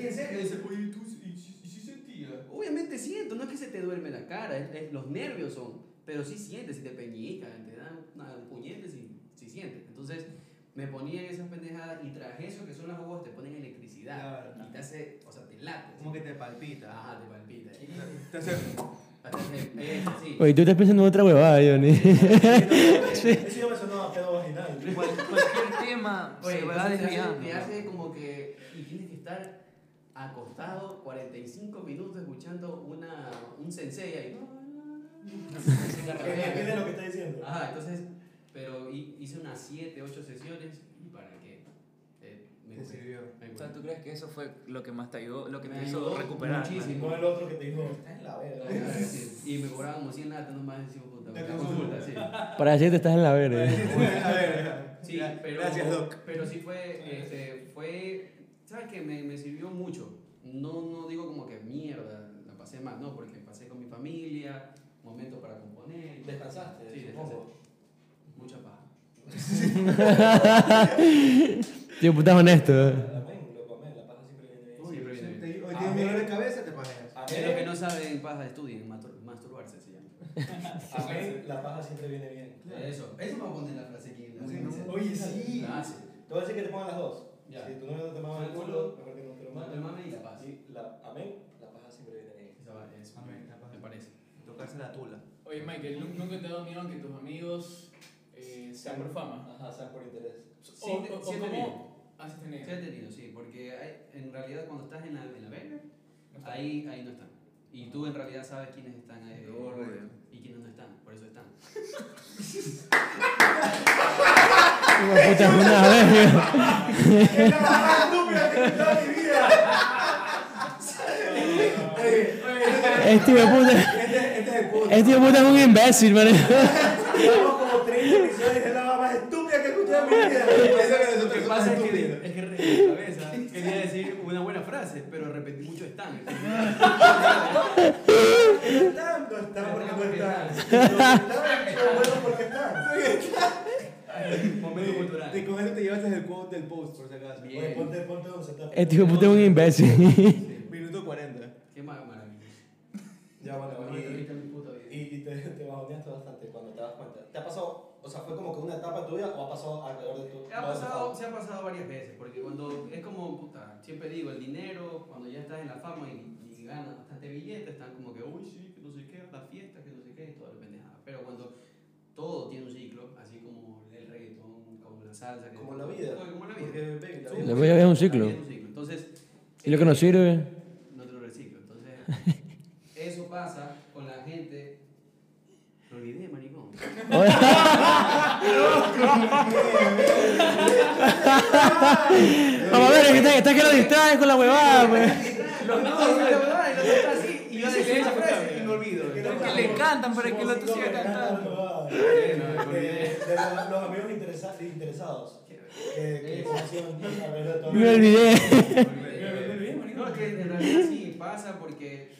que en serio, dice, oye, tú y, sí- y sí sentía. Obviamente siento, no es que se te duerme la cara, es- es- los nervios son, pero sí sientes, si te peñican, te dan una- un puñete, sí, sí sientes. Entonces me ponían esas pendejadas y tras eso que son las aguas te ponen electricidad Claro. y te hace, o sea, te late. Como que te palpita. Ajá, te palpita. Y, Te hace- hasta que- eh, sí. Oye, tú estás pensando en otra huevada, Johnny. Eso ya me sonaba a pedo vaginal. Cual- cualquier tema Oye, se va Pues, entonces te hace, desviando. te hace como que y tienes que estar acostado 45 minutos escuchando una, un sensei ahí. Se Entiende carrapea. lo que está diciendo. Ajá, entonces, pero hi- hice unas 7, 8 sesiones y para qué. Eh, me Te curé, sirvió. me O curé. sea, ¿tú crees que eso fue lo que más te ayudó, lo que Me te hizo ayudó recuperar? Y muchísimo. no el otro que te dijo, está en la verga. Sí, Y me cobraban como 100 latas nomás encima puta. La La consulta. consulta, sí. Para decirte, estás en la verga. A ver, Sí, gra- pero, Gracias, Doc. Pero sí fue, este, fue, ¿sabes qué? Me, me sirvió mucho. No, no digo como que mierda, la pasé mal, no, porque pasé con mi familia, momento para componer. Descansaste, Sí, descansé. supongo. Mucha paja. Tío, putas honesto. eh. Amén, loco, amén. La paja siempre viene bien. Uy, Sí. pero Hoy bien, bien. tienes A ver. dolor de cabeza, te pajeas. Eh, Los que Amén, no saben paja, estudien, mastur- masturbarse se llama. amén, la paja siempre viene bien. Eso, eso vamos a poner la frase aquí. La frase. Oye, sí. La hace. Te voy a decir que te pongan las dos. Ya. Si tu novio no te mama el culo, mejor que no te lo Mame, mame. mame y la paz. Y la, amén, la paja siempre viene bien. Esa va, eso. Amén, la paja. Me parece. Tocarse la tula. Oye, Michael, ¿nun- ¿nunca te ha dado miedo que tus amigos eh, sean por fama? Ajá, sea por interés. O, Sí, o, o sí he tenido. cómo has tenido. Sí, he tenido, sí, porque hay- en realidad cuando estás en la, en la verga, Ahí, ahí no están. Y tú en realidad sabes quiénes están ahí y quiénes no están, por eso están. Hijo de puta, es una verga. Es la más estúpida que he escuchado en mi vida. Este hijo de puta. Este este es el punto. Este hijo de puta es un imbécil, man. Llevamos como 30 episodios y es la más estúpida que he escuchado en mi vida. Piensa que nosotros somos estúpidos. es que en mi cabeza quería decir una buena frase, pero repetí mucho están. No están, no están porque no están. No están, pero bueno porque están. Momento cultural. Y con eso te llevaste el quote del post, por si acaso. Bien. Oye, ponte, ponte donde se tapa. Este hijo de puta es un imbécil. Minuto 40. Qué ma- maravilla. Ya, bueno, y, Ahorita mi puta vida. y- y te, te bajoneaste bastante cuando te das cuenta. ¿Te ha pasado, o sea, fue como que una etapa tuya o ha pasado alrededor de tu Ha pasado, se ha pasado varias veces, porque cuando es como, puta, siempre digo, el dinero, cuando ya estás en la fama y, y ganas bastante billete, están como que, uy, sí, que no sé qué, las fiestas, que no sé qué, y toda la pendejada. Pero cuando todo tiene un ciclo, así como el reggaetón, salsa. que- Como la vida. Oye, como la vida. Porque ven, la Su- vida- La vida es un La ciclo. vida es un ciclo. Entonces, Y lo que nos eh, sirve, no te lo reciclo. Entonces, eso pasa con la gente. Lo olvidé, maricón. Vamos a ver, que está, está que lo distraen con la huevada, pues. No, no, no, está así. Y yo decía esa frase y me olvido. Que le cantan para que el otro eh, siga cantando. De eh, de los los amigos interesa- interesados. Que que se hacían a ver de todo. Me olvidé. No, es que en realidad sí pasa porque.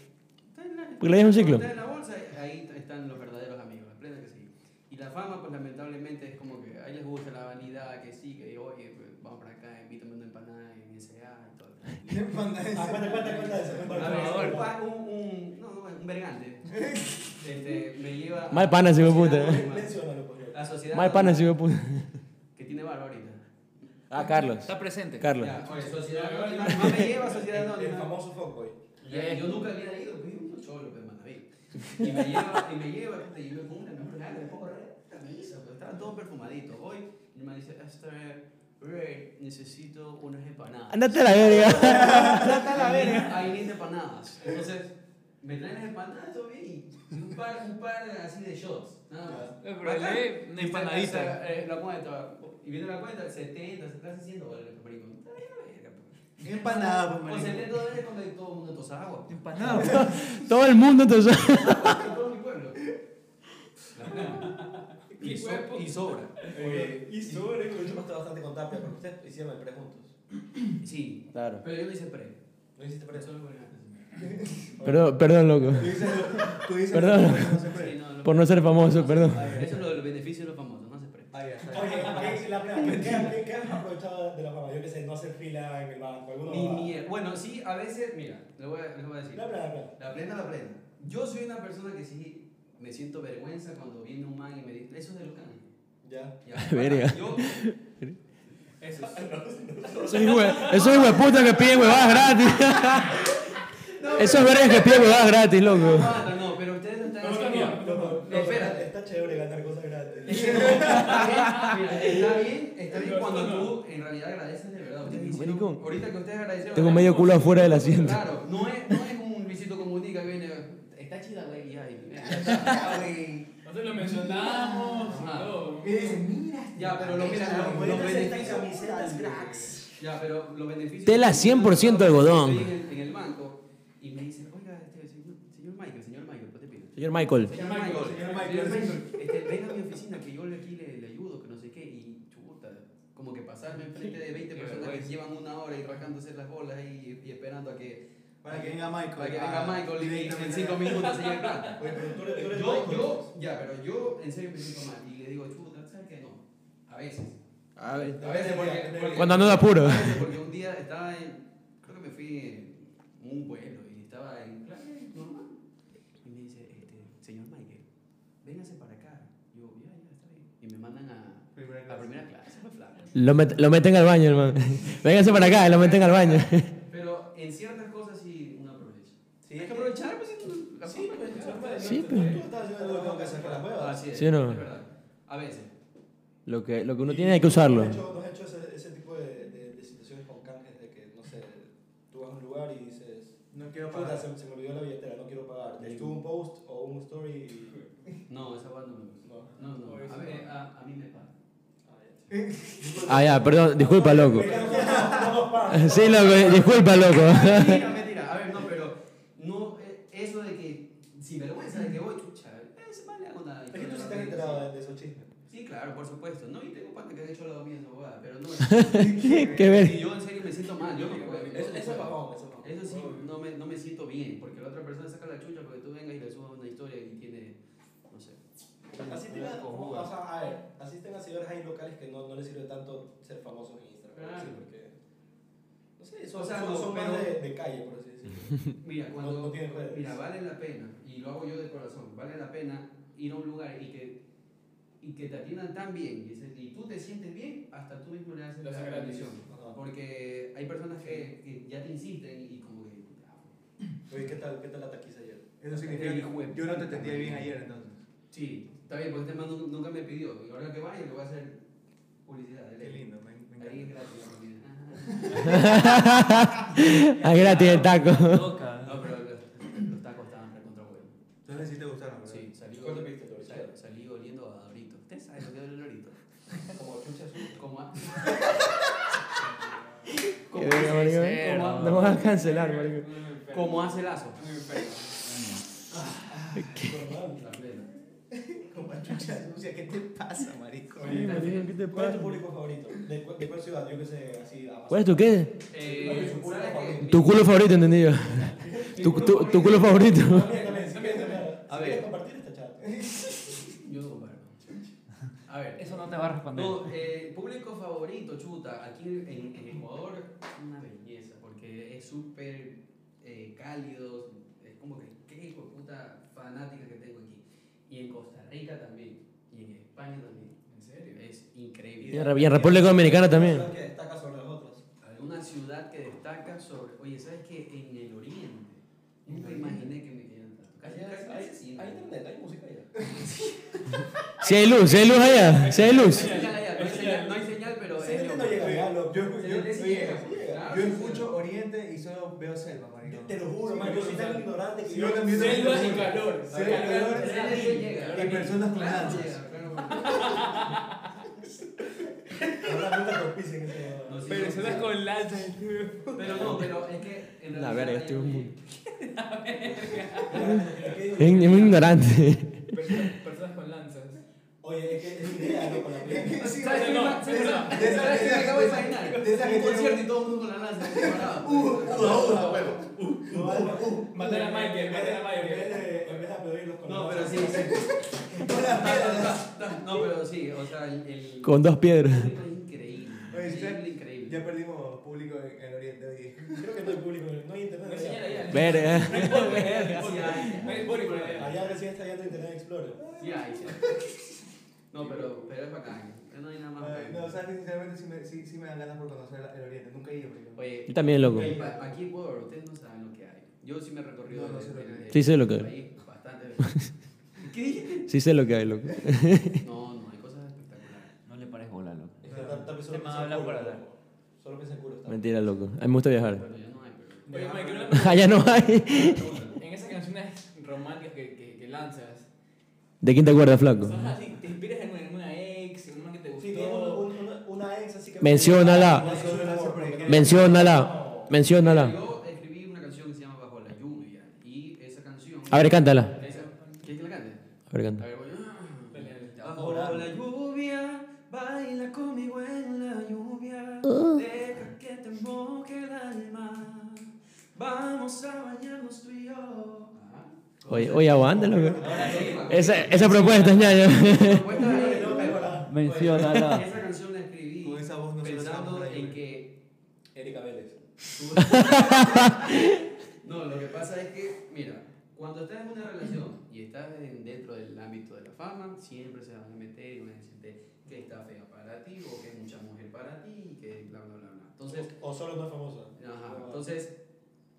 está en Porque la vida Pues, es un ciclo. cuando está en la bolsa, ahí están los verdaderos amigos, la plena que sí. Y la fama, pues lamentablemente es como que ahí les gusta la vanidad, que sí, que oye, pues, vamos para acá, invítame una empanada en S.A. y todo. Ah, cuenta, cuenta, cuenta eso, cuenta A ver, eso. un pa- un, un, no, un vergante este, me lleva. a- Mal pana ese hijo de puta. a- Ah, Menciónalo, por favor. La sociedad. Más pana, si me puse. Que tiene valor ahorita. Ah, Carlos. Está presente. Carlos. Ya, oye, sociedad anónima. Más Ah, me lleva a sociedad El el anónima. famoso fuckboy. Ya, Yo nunca había ido, pues un solo, pero Manaví. Y me lleva, y me lleva, puta, y yo me pongo una mejor gana, me pongo re camisa, pues estaban todos perfumaditos. Hoy, mi hermano dice, hasta Ray, necesito unas empanadas. Andate a la verga. Trata Ah, la verga. Ahí vienen empanadas. Entonces, me traen las empanadas, todo bien, y un par, un par así de shots, nada más. Eh, Pero le una empanadita. Eh, La cuenta, y viendo la cuenta, 70, se está haciendo dólares, pues, marico. Está bien, la verga, pues. Empanada, pues, Con marico. 70 dólares cuando todo el mundo tosa agua. Empanada. Todo el mundo entonces. todo mi pueblo. y, so- y sobra. Oye, y sobre, yo pasé bastante con Tapia, porque ustedes hicieron el pre juntos. Sí, Claro. pero yo no hice pre. ¿No hiciste pre? Solo con ganas. Perdón, perdón, loco. Tú dices, tú dices Perdón. que no se puede. Sí, no, lo- Por no ser famoso, perdón. Eso es lo de los beneficios de los famosos, no se pre. Ah, ya, está bien. Oye, ¿qué- la plena, ¿qué- ¿qué qué has aprovechado de la fama? Yo qué sé, no hacer fila en el banco, alguno Ni va. mier- Bueno, sí, a veces, mira, les voy a, les voy a decir. La plena, la plena. La plena, la plena. Yo soy una persona que sí me siento vergüenza cuando viene un man y me dice, eso es de los canes. Ya. Ya, Verga. Yo, Eso es. Soy hue- Esos hijos de puta que piden huevadas gratis. Esos vergas que piden huevadas gratis, no, loco. aguanta, no, pero ustedes no están haciendo- Eh, No, no, no, Espérate. Está chévere ganar cosas gratis. Está bien, Ah, está eh, bien, está bien cuando tú en realidad agradeces de verdad. Ustedes hicieron- Maricón. ahorita que ustedes agradecieron. Tengo medio culo afuera del asiento. Claro, no es, no es un visito comunica que viene. Está chida, güey, ya. y- ya está, güey". Nosotros lo mencionamos y Ajá. todo. Y dices, mira. Ya, pero lo mira, Mira, los, güey, estas beneficios. camisetas cracks. Ya, pero los beneficios. Tela 100% de algodón. Estoy en el, en el banco y me dicen, oiga, este, señor, señor Michael, señor Michael, ¿qué te pido? Señor Michael. Señor Señor Michael, Michael, señor Michael, este, venga a mi oficina que yo le- aquí le, le ayudo, que no sé qué, y chuta, como que pasarme enfrente de 20 Qué personas que vergüenza. llevan una hora y rascándose las bolas y, y esperando a que, Para que venga Michael. para que venga Michael y y en 5 minutos se llegue plata. Oye, pero tú eres- tú eres Yo, Michael. yo, ya, pero yo en serio me siento mal y le digo, chuta, ¿sabes qué? No, a veces. A ver. A veces porque, porque- Cuando ando de apuro. a veces porque un día estaba en, creo que me fui en un vuelo y estaba en clase normal. Y me dice, este, señor Michael, véngase para acá. Yo, ya, ya, está bien. Y me mandan a, Primera a clase. primera clase, pues, flaco. Lo, met- lo meten al baño, hermano. Vénganse para acá, lo meten al baño. Pero en ciertas cosas sí uno aprovecha. Sí, Hay que aprovechar, pues, si tú- la Sí, forma pues, que- tú estás- Sí, tú- pues. Tú estás haciendo algo que tengo que hacer para las huevas. Así es, ¿Sí o no? es verdad. A veces. Lo que, lo que uno tiene hay que ¿No usarlo. has hecho, no has hecho ese, ese tipo de, de- de situaciones con canjes de que, no sé, tú vas a un lugar y dices, No quiero puta, pagar. se, se me olvidó la billetera, no quiero pagar? ¿Te estuvo un post o un story? y- No, esa parte no me gusta. No. No, no, a, ver, a, a mí me pasa. Ah, ya, perdón, disculpa, loco. Venga, no, no, no, no, para. Sí, loco, disculpa, loco. mentira, mentira. A ver, no, pero no, eh, eso de que sin vergüenza de que voy, chucha, eh, ese mal le hago nada. Es que tú sí te has enterado de- de esos chismes. Sí, claro, por supuesto. No, y tengo parte que han hecho la mía esa huevada, pero no. Qué ver. Y yo en serio me siento mal, yo no puedo. Eso, eso es pajón, eso es pajón. Eso sí, no me, no me siento bien, porque la otra persona saca la chucha porque tú vengas y le subas una historia y tiene, no sé. Así tengan, o sea, a ver, así tengan seguidores hay locales que no, no les sirve tanto ser famosos en Instagram. Claro. Sí, porque, no sé, son, O sea, son, no, son más pero- de, de calle, por así decirlo. Mira, cuando, no tiene redes. mira, vale la pena, y lo hago yo de corazón, vale la pena ir a un lugar y que, y que te atiendan tan bien, y, se- y tú te sientes bien, hasta tú mismo le haces Lo la haces gratis. bendición. Ajá. Porque hay personas que, que ya te insisten y como que... Oye, ¿qué tal, ¿qué tal la taquiza ayer? Eso significa Ey, hijo de que yo no te puta, entendí bien marico. ayer entonces. Sí, está bien, porque este man nu- nunca me pidió, y ahora que vaya, le voy a hacer... Publicidad, de Qué ley. lindo, me, me Ahí es encanta. gratis la publicidad. Ah, gratis el taco. No, pero los, los tacos estaban recontra buenos. Entonces sí te gustaron, ¿verdad? Sí, salí, ¿Cuánto pediste, Dorito? sal- salí oliendo a Dorito. Ustedes saben lo que es el Dorito. Como chucha azul. Como a- Qué verga, marico, ¿eh? Cero. Nos van a cancelar, marico. como hace lazo. La Como chucha sucia, ¿qué te pasa, marico? Sí, marico, ¿qué te ¿Cuál es pasa? tu público favorito? ¿De, cu- de cuál ciudad? Yo que sé, así. Amazon. ¿Cuál es tu qué? Eh, ¿sabes qué? Tu culo favorito, entendí yo. Tu, tu, tu culo favorito. También, también, sí, también, también. A Si ver. quieres compartir esta chat. Yo no comparto. A ver. Eso no te va a responder. No, eh, público favorito, chuta. Aquí en, en Ecuador es una belleza porque es súper eh, cálido. Es como que qué hijo de puta fanática que tengo aquí. Y en Costa Rica también. Y en España también. ¿En serio? Es Y increíble. en Re- y en República Dominicana también. Que destaca sobre las otras. Una ciudad que destaca sobre. Oye, ¿sabes qué? En el Oriente. Nunca imaginé que me quedan tanto. Casi- casi me siento. hay música ya. Si hay luz, si hay luz allá, si hay luz. Ya, ya, ya, No hay señal, no hay señal, pero. Sí, es no lo- llega. Oye, Yo, yo, Sí, sí, sí, oye, llega, sí, llega. yo escucho Oriente y solo veo selva, marico. Yo Te lo juro, man, yo soy tan ignorante que Sí, yo también. Selva y calor. Selva y calor. Sí, sí, sí, llega. Y personas con Claro, lanzas. llega, claro. Ahora nunca lo pisen ese No, sí, Personas sí. con lanzas. Pero no, pero es que en realidad. eh, La verga, estoy un hay- Es es muy ignorante. Personas personas con lanzas. Oye, es que es mi idea, ¿no? Con la plena. Sí, ¿Sabes qué me- No, ¿sabes qué me- esa- ¿sabes qué esa- me acabo de esa- imaginar? de esa que Un tiene concierto y todo el mundo con la lanza. así parado. No, vale. Matar a Michael, matar a En vez Michael. de- en vez de aplaudirlos con No, la- pero sí, sí. Con las piedras. No, pero sí, o sea, el. el- Con dos piedras. Es increíble. Oye, Increíble, Ya increíble. perdimos público en en Oriente hoy. Creo que no hay público, no hay internet. allá. Señala ya. Verga. Sí hay, Me voy por allá. Allá recién está llegando Internet Explorer. sí hay, sí hay. No, pero, pero es bacán. No hay nada más. Ay, bacán. No, sabes que sinceramente sí me, sí, sí me dan ganas por conocer el Oriente. Nunca he ido, marico. Oye, Yo también, loco. Ey, pa- Aquí en Ecuador, ustedes no saben lo que hay. Yo sí me he recorrido No, no el- sé lo que el- hay. el- Sí sé lo que el hay. país bastante veces. ¿Qué dije? Sí sé lo que hay, loco. No, no, hay cosas espectaculares. No le pares bola, loco. Es que tal- tal vez solo Tema piensa en habla culo, por hablar. loco. Solo piensa en culo. está. Mentira, loco. A mí me gusta viajar. Bueno, ya no hay, pero. Oye, Michael, una Allá no hay. pregunta. En esas canciones románticas que, que, que lanzas, ¿De quién te acuerdas, flaco? ¿son así? ¿Te inspiras en una, en una ex, en una que te Sí, tiene una, gustó? un- una, una ex así que. Menciónala. No, eso no es por- porque- Menciónala. Menciónala. Yo escribí una canción que se llama Bajo la lluvia. Y esa canción. A ver, cántala. Esa- ¿Quieres que la cante? A ver, A cántala. ver, voy. ah. Dale, dale. Bajo la lluvia, baila conmigo en la lluvia. Deja que te moje el alma. Vamos a bañarnos tú y yo. Ajá. Oye, oye, aguanta, loco. Ahora sí, va. Esa, esa propuesta es ñaña. Propuesta de- No, menciónala. Menciónala. Esa canción la escribí Con esa voz no se la pensando sacamos de ahí, en güey. que. Erika Vélez. no, lo que pasa es que, mira, cuando estás en una relación y estás en- dentro del ámbito de la fama, siempre se van a meter y van a decirte que está fea para ti o que hay mucha mujer para ti y que bla, bla, bla, bla. Entonces, O solo no es famosa. Ajá, entonces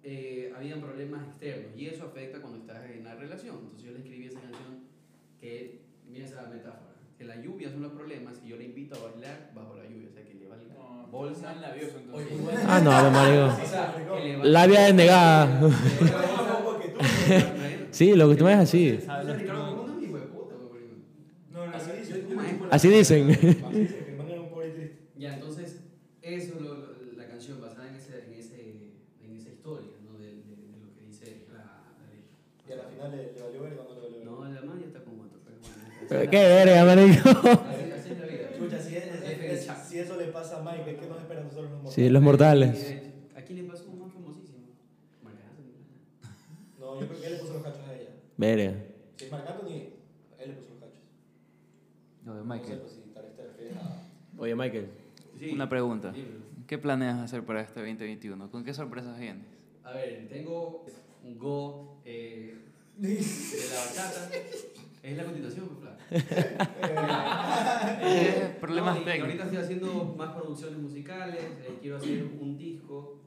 eh, habían problemas externos y eso afecta cuando estás en una relación. Entonces yo le escribí esa canción que, mira esa metáfora, que la lluvia son los problemas y yo le invito a bailar bajo la lluvia, o sea que le valga No, bolsa. estás labioso, entonces. Oye, bueno, Ah, no, no, marico. o sea, que le valga- Labia denegada. Que le valga Más bolsa. guapo que tú. Sí, lo que tú me ves así. Entonces, Ricardo, ¿cómo no es hijo de puta, güey? No, no, no. Así yo- dicen. yo- Así dicen. Así dicen, que el man era un pobre y triste. Ya, entonces, eso es lo- lo- la canción basada en, ese, en, ese, en esa historia, ¿no? De, de- de lo que dice la, la letra. Y a la final le, le valió verga o no le valió verga. No, la mano ya está con otro, pero bueno. Pero Qué verga, marico. Así- así es la vida. Chucha, si, es- es- F es- chat. si eso le pasa a Mike, ¿qué nos esperan nosotros los mortales? Sí, los mortales. ¿A quién eh, le pasó un man famosísimo? María Ángel. No, yo creo que él le puso los cachos a ella. Verga. Si es Marc Anthony, él le puso los cachos. No, de No sé Michael. pues, si tal vez te refieres a. Oye, Michael. Sí. Una pregunta. Dímelo. ¿Qué planeas hacer para este 2021? ¿Con qué sorpresas vienes? A ver, tengo un go eh, de la bachata. Es la continuación, pues, flaco. Eh, problemas No, y- y técnicos. Ahorita estoy haciendo más producciones musicales. eh, quiero hacer un disco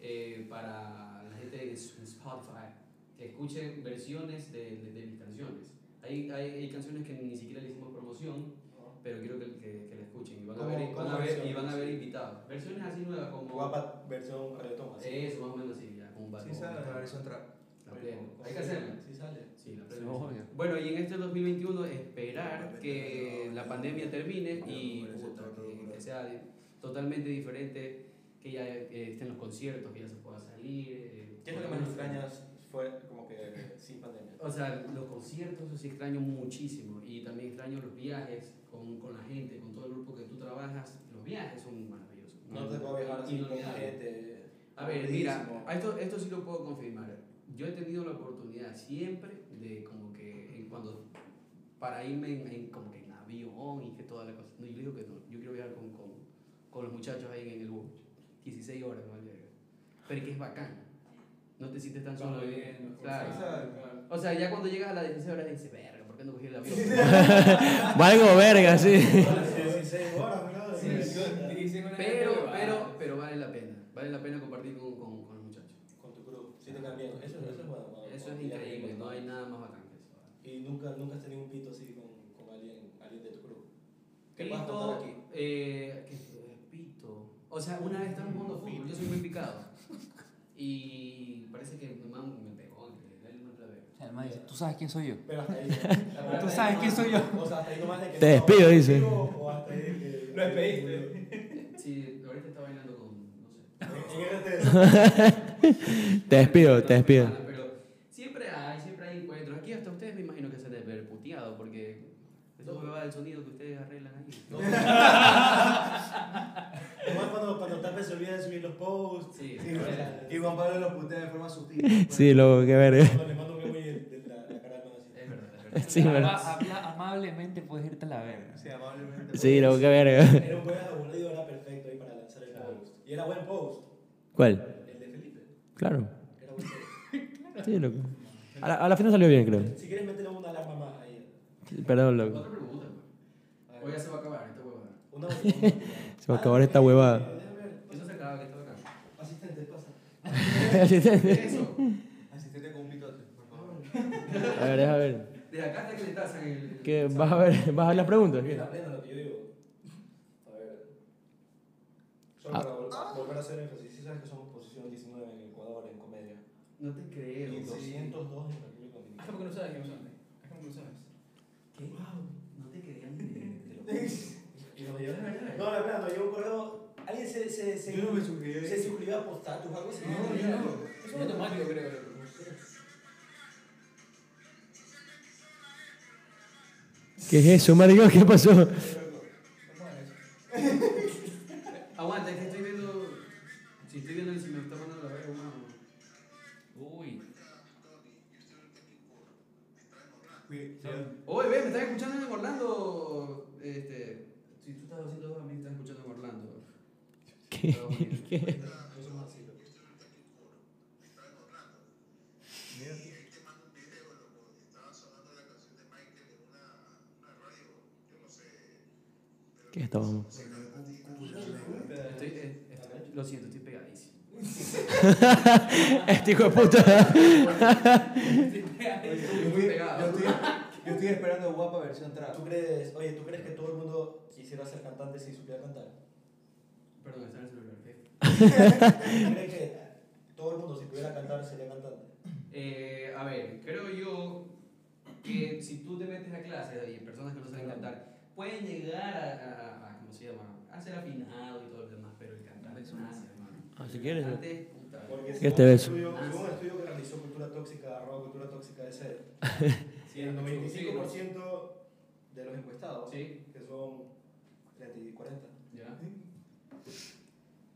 eh, para la gente de S- Spotify que escuche versiones de, de- de mis canciones. Hay, hay, hay canciones que ni siquiera le hicimos promoción pero quiero que, que, que la escuchen. Y van, a ¿Cómo- ver, y van, cómo a ver, y versiones? van a ver invitados. Versiones así nuevas como... Guapa versión reggaetón. así. Eso, más o menos así, ya, con un Sí, sabe, la versión trap. La plena. Hay que hacerla. Sí sale. Sí, la Sí, plena. obvio. Bueno, y en este 2021 esperar que la pandemia termine y puta, que, que sea totalmente diferente, que ya eh, estén los conciertos, que ya se pueda salir. eh, ¿Qué es lo que por más lo menos- extrañas fue como que sin pandemia? O sea, los conciertos eso sí extraño muchísimo y también extraño los viajes con, con la gente, con todo el grupo que tú trabajas. Los viajes son maravillosos. No te puedo viajar así con Inolvidable. gente. A ver, Buenísimo. mira, a esto, esto sí lo puedo confirmar. Yo he tenido la oportunidad siempre de como que en cuando para irme en, en como que en avión y que toda la cosa. No, yo digo que no. Yo quiero viajar con, con, con los muchachos ahí en el bus. 16 horas, ¿no? Pero es que es bacán. No te sientes tan solo. Vamos viendo, Claro. conversando, O sea, ya cuando llegas a las 16 horas dices, verga, ¿por qué no cogí el avión? Valgo verga, sí. 16 horas, bro. Sí, Me sí. encanta. Dirigirse con la gente, Pero, va. pero, pero vale la pena. Vale la pena compartir con, con, con los muchachos. Con tu crew. Sí, te cambian. Eso, eso es bueno. cuando- Eso es cuando viajas increíble. con- No hay nada más bacán que eso. Y nunca, nunca has tenido un pito así con, con alguien, alguien de tu crew. ¿Qué pasa Pito, aquí? eh, que fue pito. O sea, una vez estaba jugando fútbol, yo soy muy picado. Y parece que mi mamá me pegó, que dale una otra vez. O sea, el man dice, ¿tú sabes quién soy yo? Pero hasta ahí. Tú sabes quién soy yo. O sea, hasta ahí nomás de que. Te despido, dice. O hasta ahí de que. Lo despediste. Sí, ahorita está bailando con, no sé. este Te despido, te despido. Pero siempre hay, siempre hay encuentros. Aquí hasta ustedes me imagino que se han de ver puteado porque eso me va del sonido que ustedes arreglan ahí. Nomás cuando, cuando Tape se olvida de subir los posts. Sí, Sí, o sea, Y Juan Pablo lo putea de forma sutil. Sí, loco, qué verga. Cuando le mando un meme y de la, la cara de mano así. es verdad, es verdad. Sí, pero- Ama- habla- amablemente puedes irte a la verga. Sí, amablemente. Sí, loco, qué verga. Era un juego aburrido, era perfecto ahí para lanzar el post. Y era buen post. ¿Cuál? El de Felipe. Claro. Era buen post. Sí, loco. A la, a la final salió bien, creo. Si quieres, métele una alarma más ahí. Perdón, loco. Otra pregunta, pues. güey. O ya se va a acabar esta huevada. Una última. Se va a acabar esta huevada. Déjame ver. Eso se acaba, que está acá. Asistente, pasa. Eso. Asistente con un pitote, por favor. A ver, deja ver. De acá hasta que le tasan el. ¿Qué? ¿Vas a ver, vas a ver las preguntas? ¿Qué? Mira, plena lo que yo digo. A ver. Solo Ah. para vol- volver a hacer énfasis. Sí sabes que somos posición 19 en Ecuador en comedia. No te Y creo. 202 en República Ah, Dominicana. ¿cómo que no sabes quién son? Ah, ¿cómo que no sabes? ¿Qué? No te creo. ni- Y nos llevan- No, la verdad, nos llegó un correo. Alguien se, se, se, Yo no me suscribí. se suscribió a postar algo así. No, yo no. Eso es automático, creo. creo. ¿Qué es eso, maricón? ¿Qué pasó? ¿Cómo es eso? Aguanta, es que estoy viendo. Si estoy viendo y si me está mandando la verga, humano. Uy, Oye, ve, me están escuchando en Orlando. Este. Si tú estás haciendo dos, a mí me están escuchando en Orlando. ¿Qué? Estados Unidos. ¿Qué? No somos así, loco. ¿Qué estábamos? Estoy, eh, estoy- lo siento, estoy pegadísimo. Este hijo de puta. Estoy muy Yo estoy- yo pegado. estoy- yo estoy esperando guapa versión trap. ¿Tú crees, oye, ¿tú crees que todo el mundo quisiera ser cantante si supiera cantar? Perdón, está en el celular. ¿qué? ¿Tú crees que todo el mundo si pudiera cantar sería cantante? Eh, a ver, creo yo que si tú te metes a clases y personas que no saben cantar, pueden llegar a, a- a- ¿cómo se llama? A ser afinado y todo lo demás, pero el cantar es una hermano. Ah, si quieres, ¿no? Antes, puta. Porque Este según un beso. Ah, estudio- según un estudio que realizó Cultura Tóxica, arroba Cultura Tóxica de ser, Sí, el sí, 95% de los encuestados, Sí, que son 30 y 40, ya.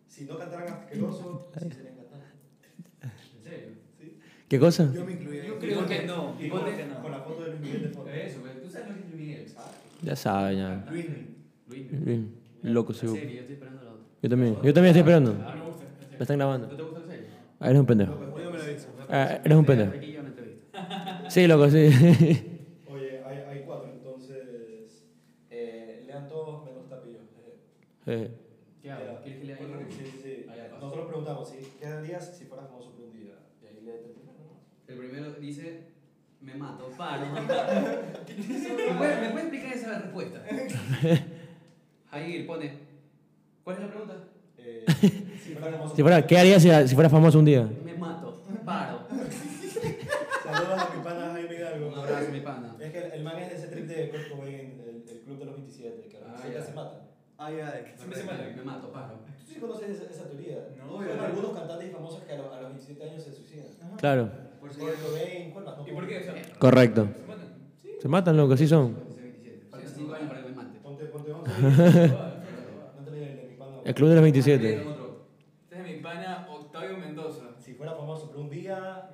si no cantaran asqueroso, sí serían cantantes. ¿En serio? ¿Qué cosa? Yo me incluía. Yo creo que no. Y con, Ponte que no. con la foto de Luis Miguel de fondo. Eso, pero tú sabes lo que es Luis Miguel, ¿sabes? Ya saben, ya. Luis, Luis Miguel. Bien. Mm. Loco, La seguro. serie, yo estoy esperando la otra. Yo también. Yo también estoy esperando. Ah, me gusta. en serio. Me están ¿No grabando. te gusta la serie? Ah, eres un pendejo. Lo que yo me lo fue- aviso. Ah, eres un pendejo. Aquí yo una entrevista. Sí, loco, sí. Oye, hay, hay cuatro, entonces eh, lean todos menos tapillos. Eh, ¿Qué hago? ¿Quieres que le haga Sí, sí, sí. Ah, ya pasó. Nosotros preguntamos, ¿sí? ¿qué harías si fueras famoso por un día? Y ahí le El primero dice, me mato, paro. ¿Me puedes, me puedes explicar esa la respuesta. Jair pone, ¿cuál es la pregunta? Eh, si fuera famoso- Si fuera, ¿Qué harías si, si fuera famoso un día? Me mato, paro. Saludos a mi pana Jaime Hidalgo. Un abrazo, mi pana. Es que el, el man es de ese trip de Kurt Cobain, el, el club de los 27, que Ah, siempre ya. se mata. Ah, ya, de Me, me mato, paro. ¿Tú sí conoces esa, esa teoría? No, Son obvio. algunos cantantes famosos que a, lo- a los 27 años se suicidan. Claro. Por si Kurt Cobain, ¿cuál más? No, ¿Y por qué? O sea, Correcto. ¿se matan? Se matan, loco, así son. Faltan 5 años para que me mate. Ponte, ponte, ponte. no te lees el de mi pana. El club de los Ah, 27. bien, otro. Este es mi pana Octavio Mendoza. Si fuera famoso por un día,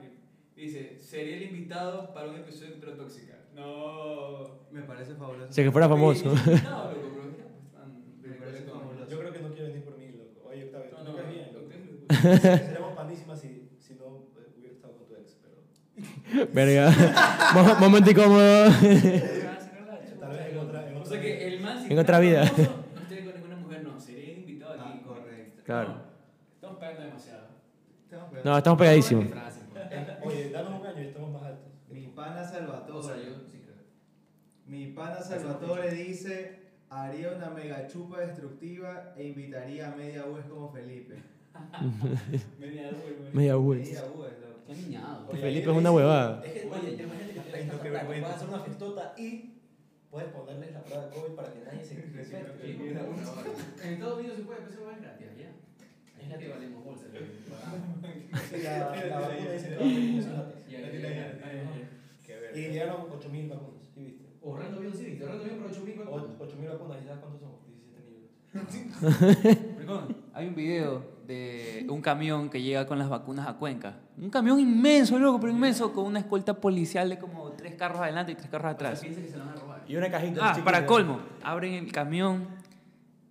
Dice, sería el invitado para un episodio de Cultura Tóxica. No. Me parece fabuloso. Si que fuera famoso. No, loco, pero mira, pues, tan- Me parece fabuloso. Ah, yo creo que no quiere venir por mí, loco. Oye, Octavio, No, tú no, me caes bien, lo loco. que es- Seríamos panísimas si, si no eh, hubiera estado con tu ex, pero... Verga. Mo- Momento incómodo. Ah, Tal vez en otra... En O otra sea que el man si En otra fuera vida. famoso, No estoy con ninguna mujer, no. Sería el invitado aquí. Ah, correcto. Claro. No, estamos pagando demasiado. No, estamos pegadísimos. Oye, danos un año y estamos más altos. Mi pana Salvatore. O sea, yo sí creo. Mi pana Salvatore dice, haría una mega chupa destructiva e invitaría a media UES como Felipe. Media duro, güey. Media güey. Media UES, loco. Qué niñado. Oye, Felipe ahí es dice- una huevada. Es que, oye, ya imagínate que tienes Ay, no, tanta qué plata, vergüenza. puedes hacer una festota y puedes ponerles la prueba de COVID para que nadie se infecte. En Estados Unidos se puede empezar a gratis, allá. Es la que valemos bolsa. Sí, la, la vacuna dice que va a ser gratis. Qué Y llegaron 8.000 vacunas, ¿sí viste? Ahorrando bien, sí, ahorrando bien por 8 mil O- 8.000 vacunas, ¿y sabes cuántos somos? 17 millones. Hay un video de un camión que llega con las vacunas a Cuenca. Un camión inmenso, loco, pero inmenso, con una escolta policial de como tres carros adelante y tres carros atrás. Piensa que se la van a robar. Y una cajita. Ah, para colmo, abren el camión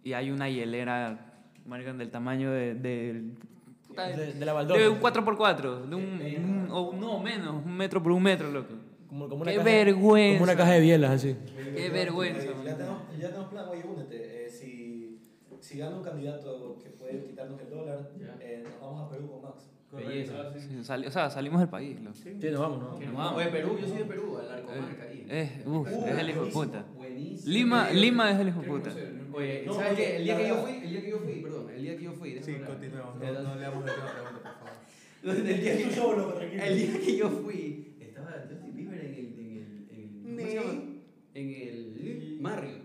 y hay una hielera, marcan del tamaño de, de, puta, de- la de un 4x4, de un, un- o no menos, un metro por un metro, loco. Como, Qué vergüenza. Como una caja de bielas, así. Qué vergüenza, Ya, man. tenemos, ya tenemos plan, oye, únete. Eh, si, si gana un candidato que puede quitarnos el dólar, Ya. eh, nos vamos a Perú con Max. Belleza. Sí, sali- o sea, salimos del país, loco. Sí, nos vamos, ¿no? Wow. Oye, Perú, yo soy de Perú, al arcomarca ahí. Eh, uf, es el hijo de puta. Buenísimo. Lima, Lima es el hijo de Quiero puta. conocer, ¿no? Oye, No, ¿sabes oye, qué? El día que yo la- fui, el día que yo fui, perdón, el día que yo fui. Sí, déjame hablar. continuemos. No, no le damos la última pregunta, por favor. El día que yo Solo, tranquilo. El día que yo fui, estaba Justin Bieber en el. En el, en el ¿Cómo se llama? En el Marriott.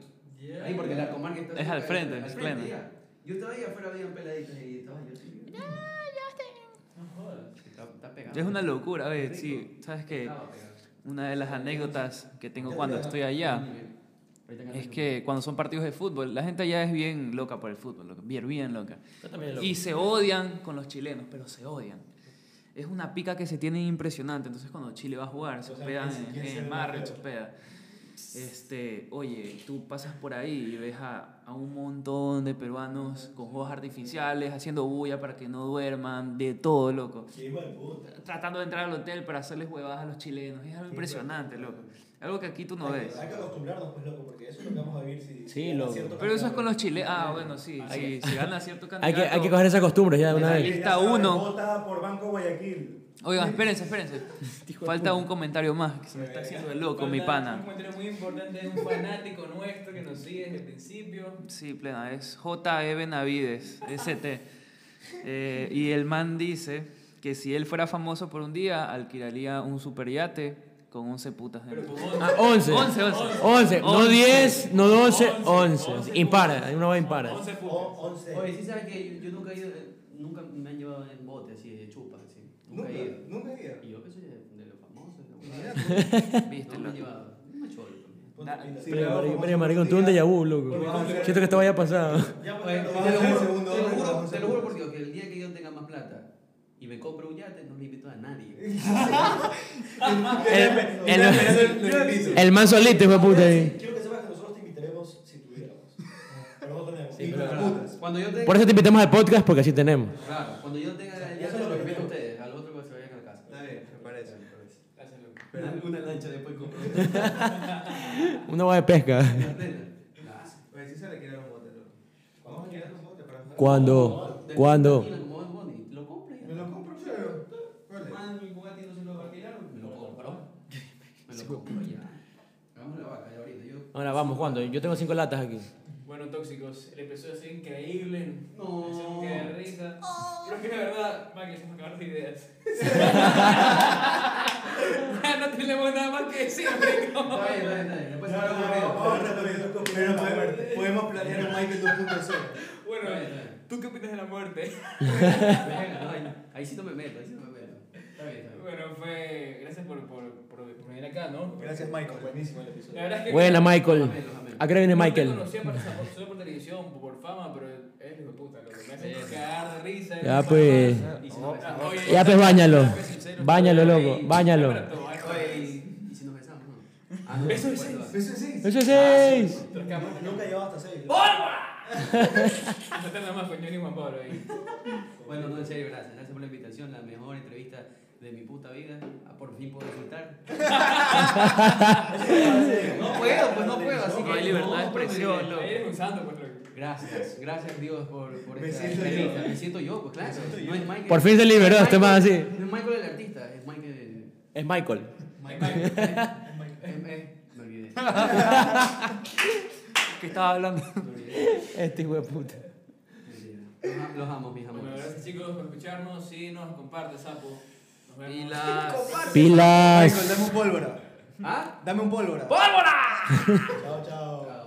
Ahí porque la comarca está. Es cerca al de- frente, al es frente, pleno. ya. Yo estaba ahí afuera, habían peladitos y estaba Justin Bieber. Está, está pegado. Es una locura, a ver, Rico. sí, sabes que Estaba pegado. una de las anécdotas que tengo cuando estoy allá Ahorita en el es que cuando son partidos de fútbol, la gente allá es bien loca por el fútbol, loco, bien, bien loca. Y se odian con los chilenos, pero se odian. Es una pica que se tiene impresionante, entonces cuando Chile va a jugar, se O sea, hospedan ¿quién- en, quién se en ve Marriott, más se feo? hospedan. Este, oye, tú pasas por ahí y ves a, a un montón de peruanos con juegos artificiales, haciendo bulla para que no duerman, de todo, loco. Qué hijo de puta. tratando de entrar al hotel para hacerles huevadas a los chilenos. Es algo impresionante, loco. Algo que aquí tú no hay, que- ves. hay que acostumbrarnos, pues, loco, porque eso es lo que vamos a vivir si. Sí, si gana loco. cierto Pero eso es candidato. con los chilenos. Ah, bueno, sí. sí, Si gana cierto Hay candidato. que, hay que coger esas costumbres ya de una Ahí vez. está Ya sabe, uno. Vota por Banco Guayaquil. Oigan, espérense, espérense. Falta un comentario más que se me está haciendo de loco, mi Un pana. comentario muy importante de un fanático nuestro que nos sigue desde el principio. Sí, plena. Es J.E. Benavides, ST. Eh, y el man dice que si él fuera famoso por un día, alquilaría un superyate con 11 putas Pero dentro. con once. Ah, 11. 11, 11. 11. No Once. 10, no 12, Once. 11. Once. Impara, hay una va impara. Once O puntos. 11. Oye, sí sabes que yo, yo nunca he ido, eh, nunca me han llevado en bote así de chupas, así. Nunca, Nunca, he ido. nunca he ido. Y yo que soy de, de los famosos, ¿no? no Viste, me han loco. llevado. No me cholo. también. Sí, Pero, claro, marico, como pero, si marico, un tú un día- déjà vu, loco. Porque vamos a hacer- Siento que esto vaya pasado. Ya, pues, Oye, ya lo te, vas a lo hacer el juro, segundo, te lo vamos a juro, hacer te el lo juro por segundo. Dios, que el día que yo tenga más plata y me compre un yate, no le invito a nadie. El, el, El- el man solito, hijo de puta. ahí. Quiero que sepas que nosotros te invitaremos si tuviéramos. Pero no tenemos. Sí, pero claro, cuando yo tenga, Por eso te invitamos al podcast porque así tenemos. claro, cuando yo tenga el Eso es yate, lo lo que invito a tenemos. ustedes, al otro que se vayan a la casa. Está bien, me parece. Me parece. Gracias, Luca. Pero una lancha después compro. Una va de pesca. Una plena. Oye, Pues sí se le quiere un bote, loco. Vamos a quedar un bote para ¿Cuándo? ¿Cuándo? Tranquilo, como es Bonnie, Lo compro ya. Me lo compro, chévere. ¿Cuál es? Man, mi Bugatti pues. no se lo alquilaron. Me lo compro. Me lo compro ya. Hagamos la vaca ya ahorita. Yo Ahora vamos, ¿cuándo? Yo tengo cinco latas aquí. Bueno, tóxicos, el episodio es increíble. Oh. No. Que de risa. Pero es que la verdad, Mac, se me acabaron las ideas. ya no tenemos nada más que decir, amigo. Está bien, está bien, está bien. Después se va a vamos aburrir. Pero podemos, podemos planear un Michael 2.0. Bueno, Está bien, está bien. ¿tú qué opinas de la muerte? Bueno, ahí- Ahí sí no me meto, ahí sí no me meto. Está bien, está bien. Bueno, fue. Gracias por, por, por, por venir acá, ¿no? Gracias, Michael. Buenísimo el episodio. Eh, La verdad es que. Buena, Michael. Amén, los amén. ¿A qué hora viene no te Michael? conocía por, por- solo por televisión, por fama, pero es hijo de puta, loco. Me hace Sí. cagar de risa. Ya, no pues. sabes. Y si nos Ah, besamos. oye, Ya, pues, báñalo. en serio. Báñalo, Ey, loco, báñalo. Cámara, toma, Oye, esto. y- y si nos besamos, ¿no? Ah, no, Beso de por seis. favor. Ah, Eso sí. ¡Eso es seis! Cámara, Nunca llevaba hasta 6. No tarda más con Johnny y Juan Pablo ahí. Bueno, no, en serio, gracias. Gracias por la invitación, la mejor entrevista de mi puta vida. Ah, por fin puedo disfrutar. No puedo, pues no puedo, así No, que hay libertad de expresión, loco. Ahí eres un santo, pues loco. Gracias, gracias Dios por, por Me esta siento yo. entrevista. Me siento yo, pues claro. siento yo. No es Michael. Por fin se liberó No es este Michael- man así. No es Michael el artista, es Michael. Es Michael. Michael. es- es- Me olvidé. ¿Qué estaba hablando? Me olvidé. Este hijo de puta. Los am- Los amo, mis Bueno, amores. gracias chicos por escucharnos. Sí, nos comparte, sapo. Nos vemos. Y las... Pilas. Michael, dame un pólvora. ¿Ah? Dame un pólvora. Chao, chao. Chao.